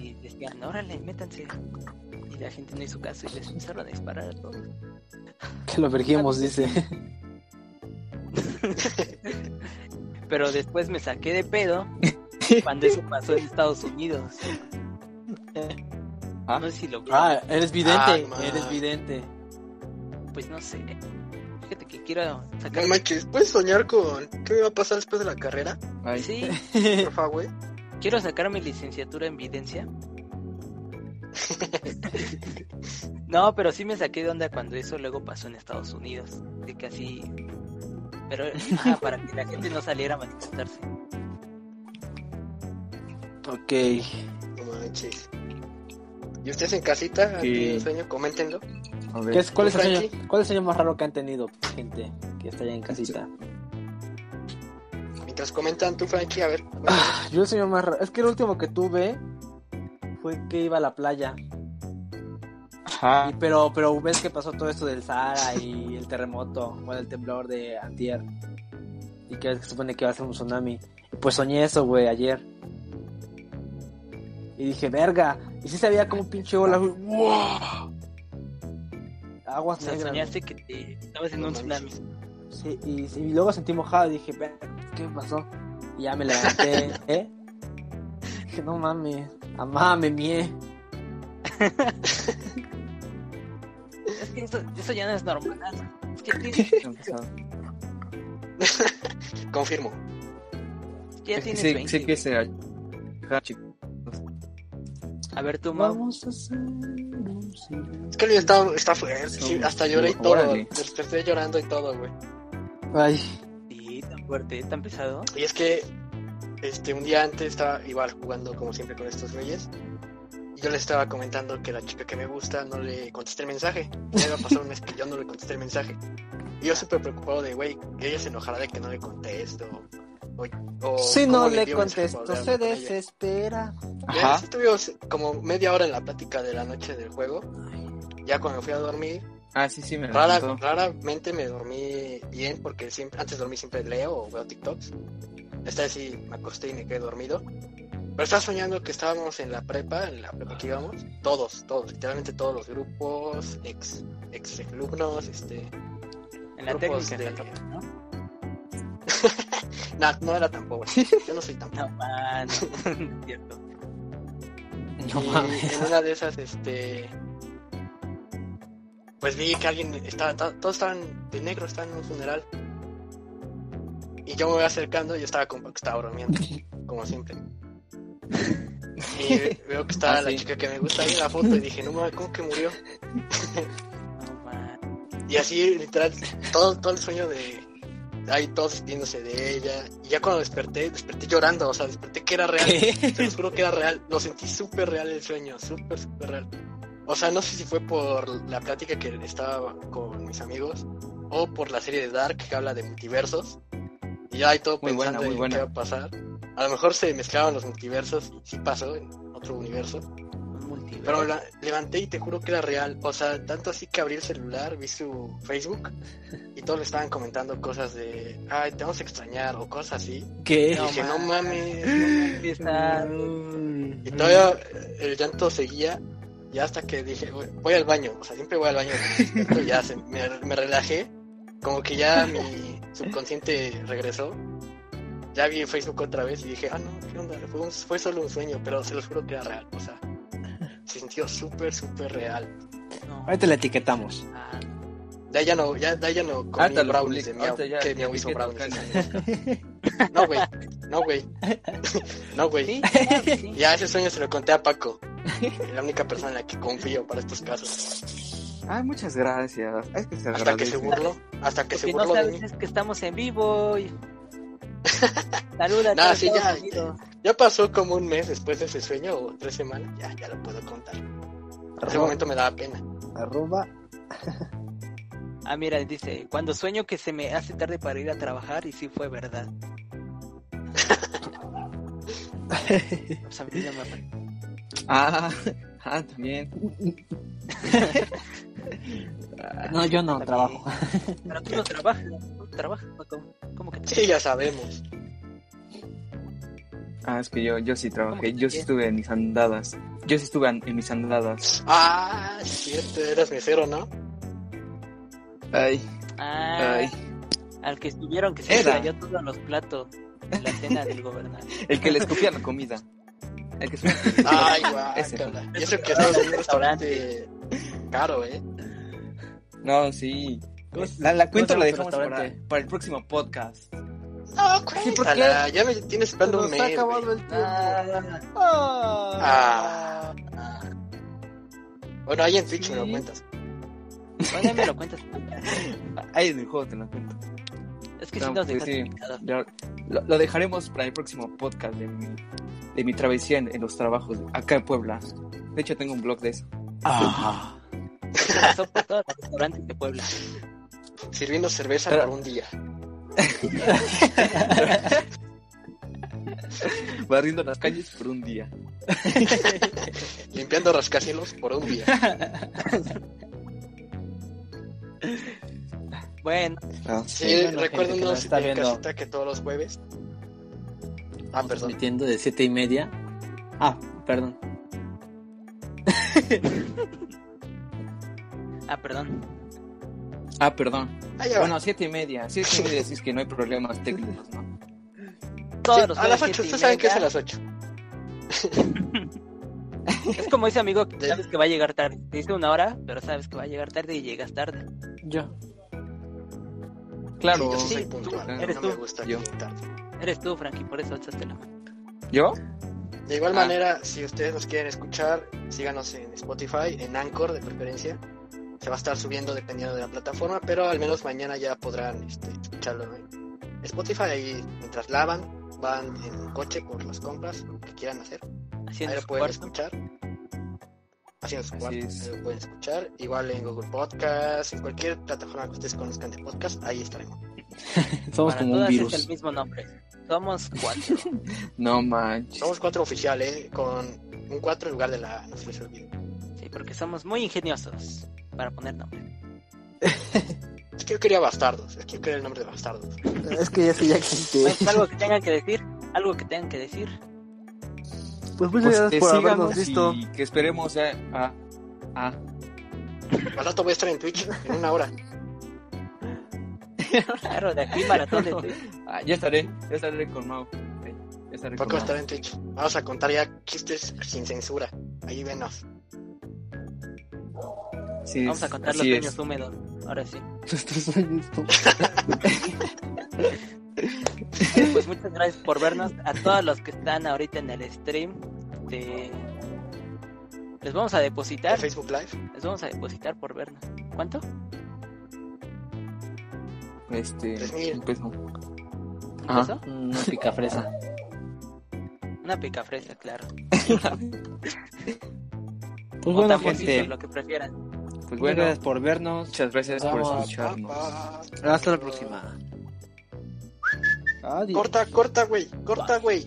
E: y decían, órale, métanse. Y la gente no hizo caso y les empezaron a disparar a todos.
F: Que lo verguemos, dice.
E: Pero después me saqué de pedo cuando eso pasó en Estados Unidos.
D: Ah.
E: No sé si lo vieron.
F: Ah, eres vidente.
A: Ay, man.
F: eres vidente.
E: Pues no sé. Fíjate que quiero sacar.
A: No manches, ¿puedes soñar con qué me va a pasar después de la carrera?
D: Ay,
E: Sí,
A: Por favor, güey.
E: quiero sacar mi licenciatura en videncia. no, pero sí me saqué de onda cuando eso luego pasó en Estados Unidos. De que así. Pero ah, para que la gente no saliera a manifestarse.
F: Ok.
A: No manches. ¿Y ustedes en casita han
D: Sí.
A: tenido un sueño? Coméntenlo.
D: a ver.
F: ¿Qué es, cuál, es el
A: ¿Tú,
F: sueño, ¿Cuál es el sueño más raro que han tenido, gente? Que está allá en casita.
A: Mientras comentan tú, Frankie, a ver.
F: Yo el sueño más raro. Es que el último que tuve fue que iba a la playa.
D: Ajá.
F: Y- pero, pero ves que pasó todo esto del Sahara y el terremoto, bueno, el temblor de Antier. Y que ves que se supone que va a ser un tsunami. Y pues soñé eso, güey, ayer. Y dije, verga. Y sí sabía como un pinche ola, güey. ¡Wow!
E: O
F: Aguas
E: sea,
F: negras.
E: soñaste que te estabas en
A: No
E: un tsunami.
A: manches.
F: güey. Sí, y, y luego sentí mojado y dije, verga, ¿qué pasó? Y ya me levanté, ¿eh? dije, no mames, amame, mie.
E: Es que eso, eso ya no es normal. Es que tiene-
A: Confirmo.
E: ya
D: Es que
E: tienes
D: sé,
E: 20.
D: sé que Ah, se agacha, chicos.
E: A ver, tú, Mau.
F: Vamos a hacer un silencio.
A: Es que el video está, está fuerte. sí, hasta lloré y todo.
D: Órale.
A: Desperté llorando y todo, güey.
F: Ay,
E: Sí, tan fuerte, tan pesado.
A: Y es que este un día antes estaba igual jugando como siempre con estos reyes. Y yo les estaba comentando que la chica que me gusta no le contesté el mensaje. Ya iba a pasar un mes que yo no le contesté el mensaje. Y yo súper preocupado de, güey, que ella se enojará de que no le contesto. O, o cómo
F: si
A: este
F: no le
A: envío mensaje para
F: contesto,
A: hablar
F: se
A: con ella.
F: desespera.
A: Ya,
D: Ajá.
A: sí Estuvimos como media hora en la plática de la noche del juego. Ya cuando fui a dormir,
D: Ah, sí, sí, me
A: Rara,
D: lo
A: raramente me dormí bien porque siempre, antes dormí siempre leo o veo TikToks. Esta vez sí me acosté y me quedé dormido. Pero estaba soñando que estábamos en la prepa, en la prepa que íbamos, todos, todos, literalmente todos los grupos, ex, ex alumnos, este,
E: En la
A: grupos
E: técnica. en la
A: de-
E: técnica, ¿no?
A: Nah, no era tan pobre, yo no soy tan pobre.
E: No, ah, no, no es cierto.
F: No
A: Y
F: mames.
A: En una de esas, este. Pues vi que alguien estaba. ta- Todos estaban de negro, estaban en un funeral. Y yo me voy acercando y yo estaba como que estaba bromeando, como siempre. Y ve- veo que estaba
D: Ah,
A: la
D: sí.
A: chica que me gusta ahí en la foto y dije, no mames, ¿cómo que murió?
E: No, man.
A: Y así, literal, todo, todo el sueño de. Ahí todos despidiéndose de ella. Y ya cuando desperté, desperté llorando. O sea, desperté que era real. Te los juro que era real. Lo sentí súper real el sueño. Súper, súper real. O sea, no sé si fue por la plática que estaba con mis amigos. O por la serie de Dark que habla de multiversos. Y ya hay todo
D: Muy buena,
A: pensando
D: muy
A: en
D: buena.
A: qué va a pasar. A lo mejor se mezclaban los multiversos. Y sí pasó en otro universo.
E: Un multiverso.
A: Pero la levanté y te juro que era real. O sea, tanto así que abrí el celular, vi su Facebook y todos le estaban comentando cosas de, ay, te vamos a extrañar o cosas así.
F: ¿Qué?
A: y dije, no mames.
E: Sí, está-
A: Y
F: Mm.
A: todavía eh, el llanto seguía y hasta que dije, "Voy- voy al baño. O sea, siempre voy al baño. Pero ya se- me, me relajé. Como que ya mi subconsciente regresó. Ya vi Facebook otra vez y dije, ah, no, ¿qué onda? Fue, un- fue solo un sueño, pero se los juro que era real. O sea, se sintió súper, súper real.
E: no,
F: Ahorita la etiquetamos.
E: ah,
A: De ahí ya no, ya, de ahí ya no comí
D: Ahorita Ah, lo
A: brownies
D: publico,
A: de miau,
D: ahorita ya-
A: que
D: ya
A: miau hizo
D: etiqueto
A: brownies. No, güey, no, güey, no, güey.
E: sí, claro que sí.
A: Ya ese sueño se lo conté a Paco, la única persona en la que confío para estos casos.
D: Ay, Ah, muchas gracias. Es que se
A: Hasta que
D: agradece.
A: se burló, hasta que se
E: Porque no
A: burló de mí.
E: sabes es que estamos en vivo. y- Saluda a
A: No,
E: todo
A: sí, ya,
E: Estados Unidos.
A: Ya pasó como un mes después de ese sueño, o tres semanas, ya, ya lo puedo contar. En ese momento me daba pena.
F: Arroba.
E: Ah, mira, dice, cuando sueño que se me hace tarde para ir a trabajar y sí fue verdad. Pues a mí no me-
D: Ah, ah, también.
F: No, yo no trabajo.
E: Pero tú no trabajas, no trabajas, ¿no? ¿cómo, cómo que
A: Sí, ya sabemos.
D: Ah, es que yo, yo sí
E: ¿Cómo que
D: trabajé. Yo sí
E: también?
D: estuve en mis andadas. Yo sí estuve an- en mis andadas.
A: Ah, es cierto, eras mesero, ¿no?
D: Ay,
E: Ah,
D: ay.
E: al que estuvieron que se le
D: Era.
E: cayó todos los platos en la cena del gobernador.
D: El que le escupía la comida. El que escupía-
A: Ay,
D: Ese.
A: guácala. Y eso que estabas en un restaurante caro, ¿eh?
D: No, sí. La, la
F: ¿Cómo
D: cuento
F: se llama
D: la
F: tu
D: dejamos para,
F: restaurante?
D: para el próximo podcast.
A: No, cuéntala, ya me tienes esperando un mes. güey.
F: el tiempo.
E: Ah,
A: Ah. Bueno, ahí en Twitch me lo cuentas.
E: Bueno, ahí me lo cuentas.
D: Ahí en el juego te la cuento.
E: Es que
D: No,
E: si nos
D: pues
E: dejaste
D: sí.
E: picados.
D: Ya, Lo, lo dejaremos para el próximo podcast de mi, de mi travesía en, en los trabajos acá en Puebla. De hecho, tengo un blog de eso.
F: Ah.
E: Eso pasó por todos los restaurantes de Puebla.
A: Sirviendo cerveza
D: Pero-
A: por un día.
D: Barriendo las calles por un día.
A: Limpiando rascacielos por un día.
E: Bueno,
A: Ah, Sí,
F: Sí, bueno, gente que nos
A: recuérdenos Eh,
F: está
A: en
F: viendo.
A: casita que todos los jueves. Ah, perdón.
F: Metiendo de siete y media. Ah, perdón.
E: ah, perdón.
D: Ah, perdón.
A: Ah, ya va.
D: Bueno, siete y media. Siete y media, si es que no hay problemas técnicos, ¿no?
E: Todos
A: Sí,
E: los
A: a las
E: jueves,
A: 8,
E: siete y
A: ustedes saben que es a
E: media.
A: las 8.
E: Es como ese amigo que
A: De-
E: sabes que va a llegar tarde. Te dice una hora, pero sabes que va a llegar tarde y llegas tarde.
F: Yo.
D: Claro.
A: yo sí soy
E: tú,
A: puntual.
E: eres
A: no me
E: tú.
A: gusta
D: Yo.
A: quitar.
E: Eres tú, Frankie, por eso alzaste la mano.
D: ¿Yo?
A: De igual
D: Ah.
A: manera, si ustedes nos quieren escuchar, síganos en Spotify, en Anchor de preferencia. Se va a estar subiendo dependiendo de la plataforma, pero al menos mañana ya podrán este, escucharlo en Spotify ahí mientras lavan, van en coche por las compras lo que quieran hacer. Ahí
E: Haciendo
A: lo
E: su
A: pueden
E: cuarto.
A: escuchar. Haciendo su
D: Así
A: cuarto,
D: es.
A: ahí lo pueden escuchar. Igual en Google Podcast, en cualquier plataforma que ustedes conozcan de podcast, ahí estaremos.
D: Somos
E: Para
D: como un
E: todas es
D: virus.
E: el mismo nombre. Somos cuatro.
D: No manches.
A: Somos cuatro oficiales, eh, con un cuatro en lugar de la A, no se les olvide.
E: sí, porque somos muy ingeniosos para poner nombre.
A: Es que yo quería bastardos, es que yo quería el nombre de bastardos.
H: Es que eso ya existe.
E: Pues, algo que tengan que decir, algo que tengan que decir.
H: Pues muchas
D: Pues
H: gracias
D: que
H: por
D: síganos
H: habernos visto.
D: y que esperemos a... a- a-
A: Al rato voy a estar en Twitch en una hora.
E: Claro, de aquí maratón de Twitch.
D: ah, ya estaré, ya estaré con Mau. Sí, ya estaré con
A: Poco
D: Mau.
A: estar en Twitch. Vamos a contar ya chistes sin censura. Ahí venos.
D: Sí,
E: Vamos a
D: es-
E: contar los
D: así
E: sueños
D: es.
E: húmedos. Ahora sí.
D: Nuestros sueños húmedos.
E: Bueno, Pues muchas gracias por vernos. A todos los que están ahorita en el stream, este, les vamos a depositar.
A: En Facebook Live.
E: Les vamos a depositar por vernos. ¿Cuánto?
D: Este,
A: Tres mil.
D: un peso.
H: Pues
E: ¿Un
D: Ah,
E: peso?
I: Una pica fresa.
E: Una picafresa, claro.
H: Pues
E: o
H: bueno,
E: tamponcito,
H: gente.
E: lo que prefieran.
D: pues
H: Muchas
D: bueno,
H: gracias por vernos.
D: muchas gracias por
H: Vamos.
D: escucharnos.
A: Ah,
H: Hasta la próxima. Adiós.
A: Corta, corta, güey. Corta, güey.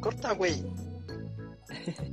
A: Corta, güey.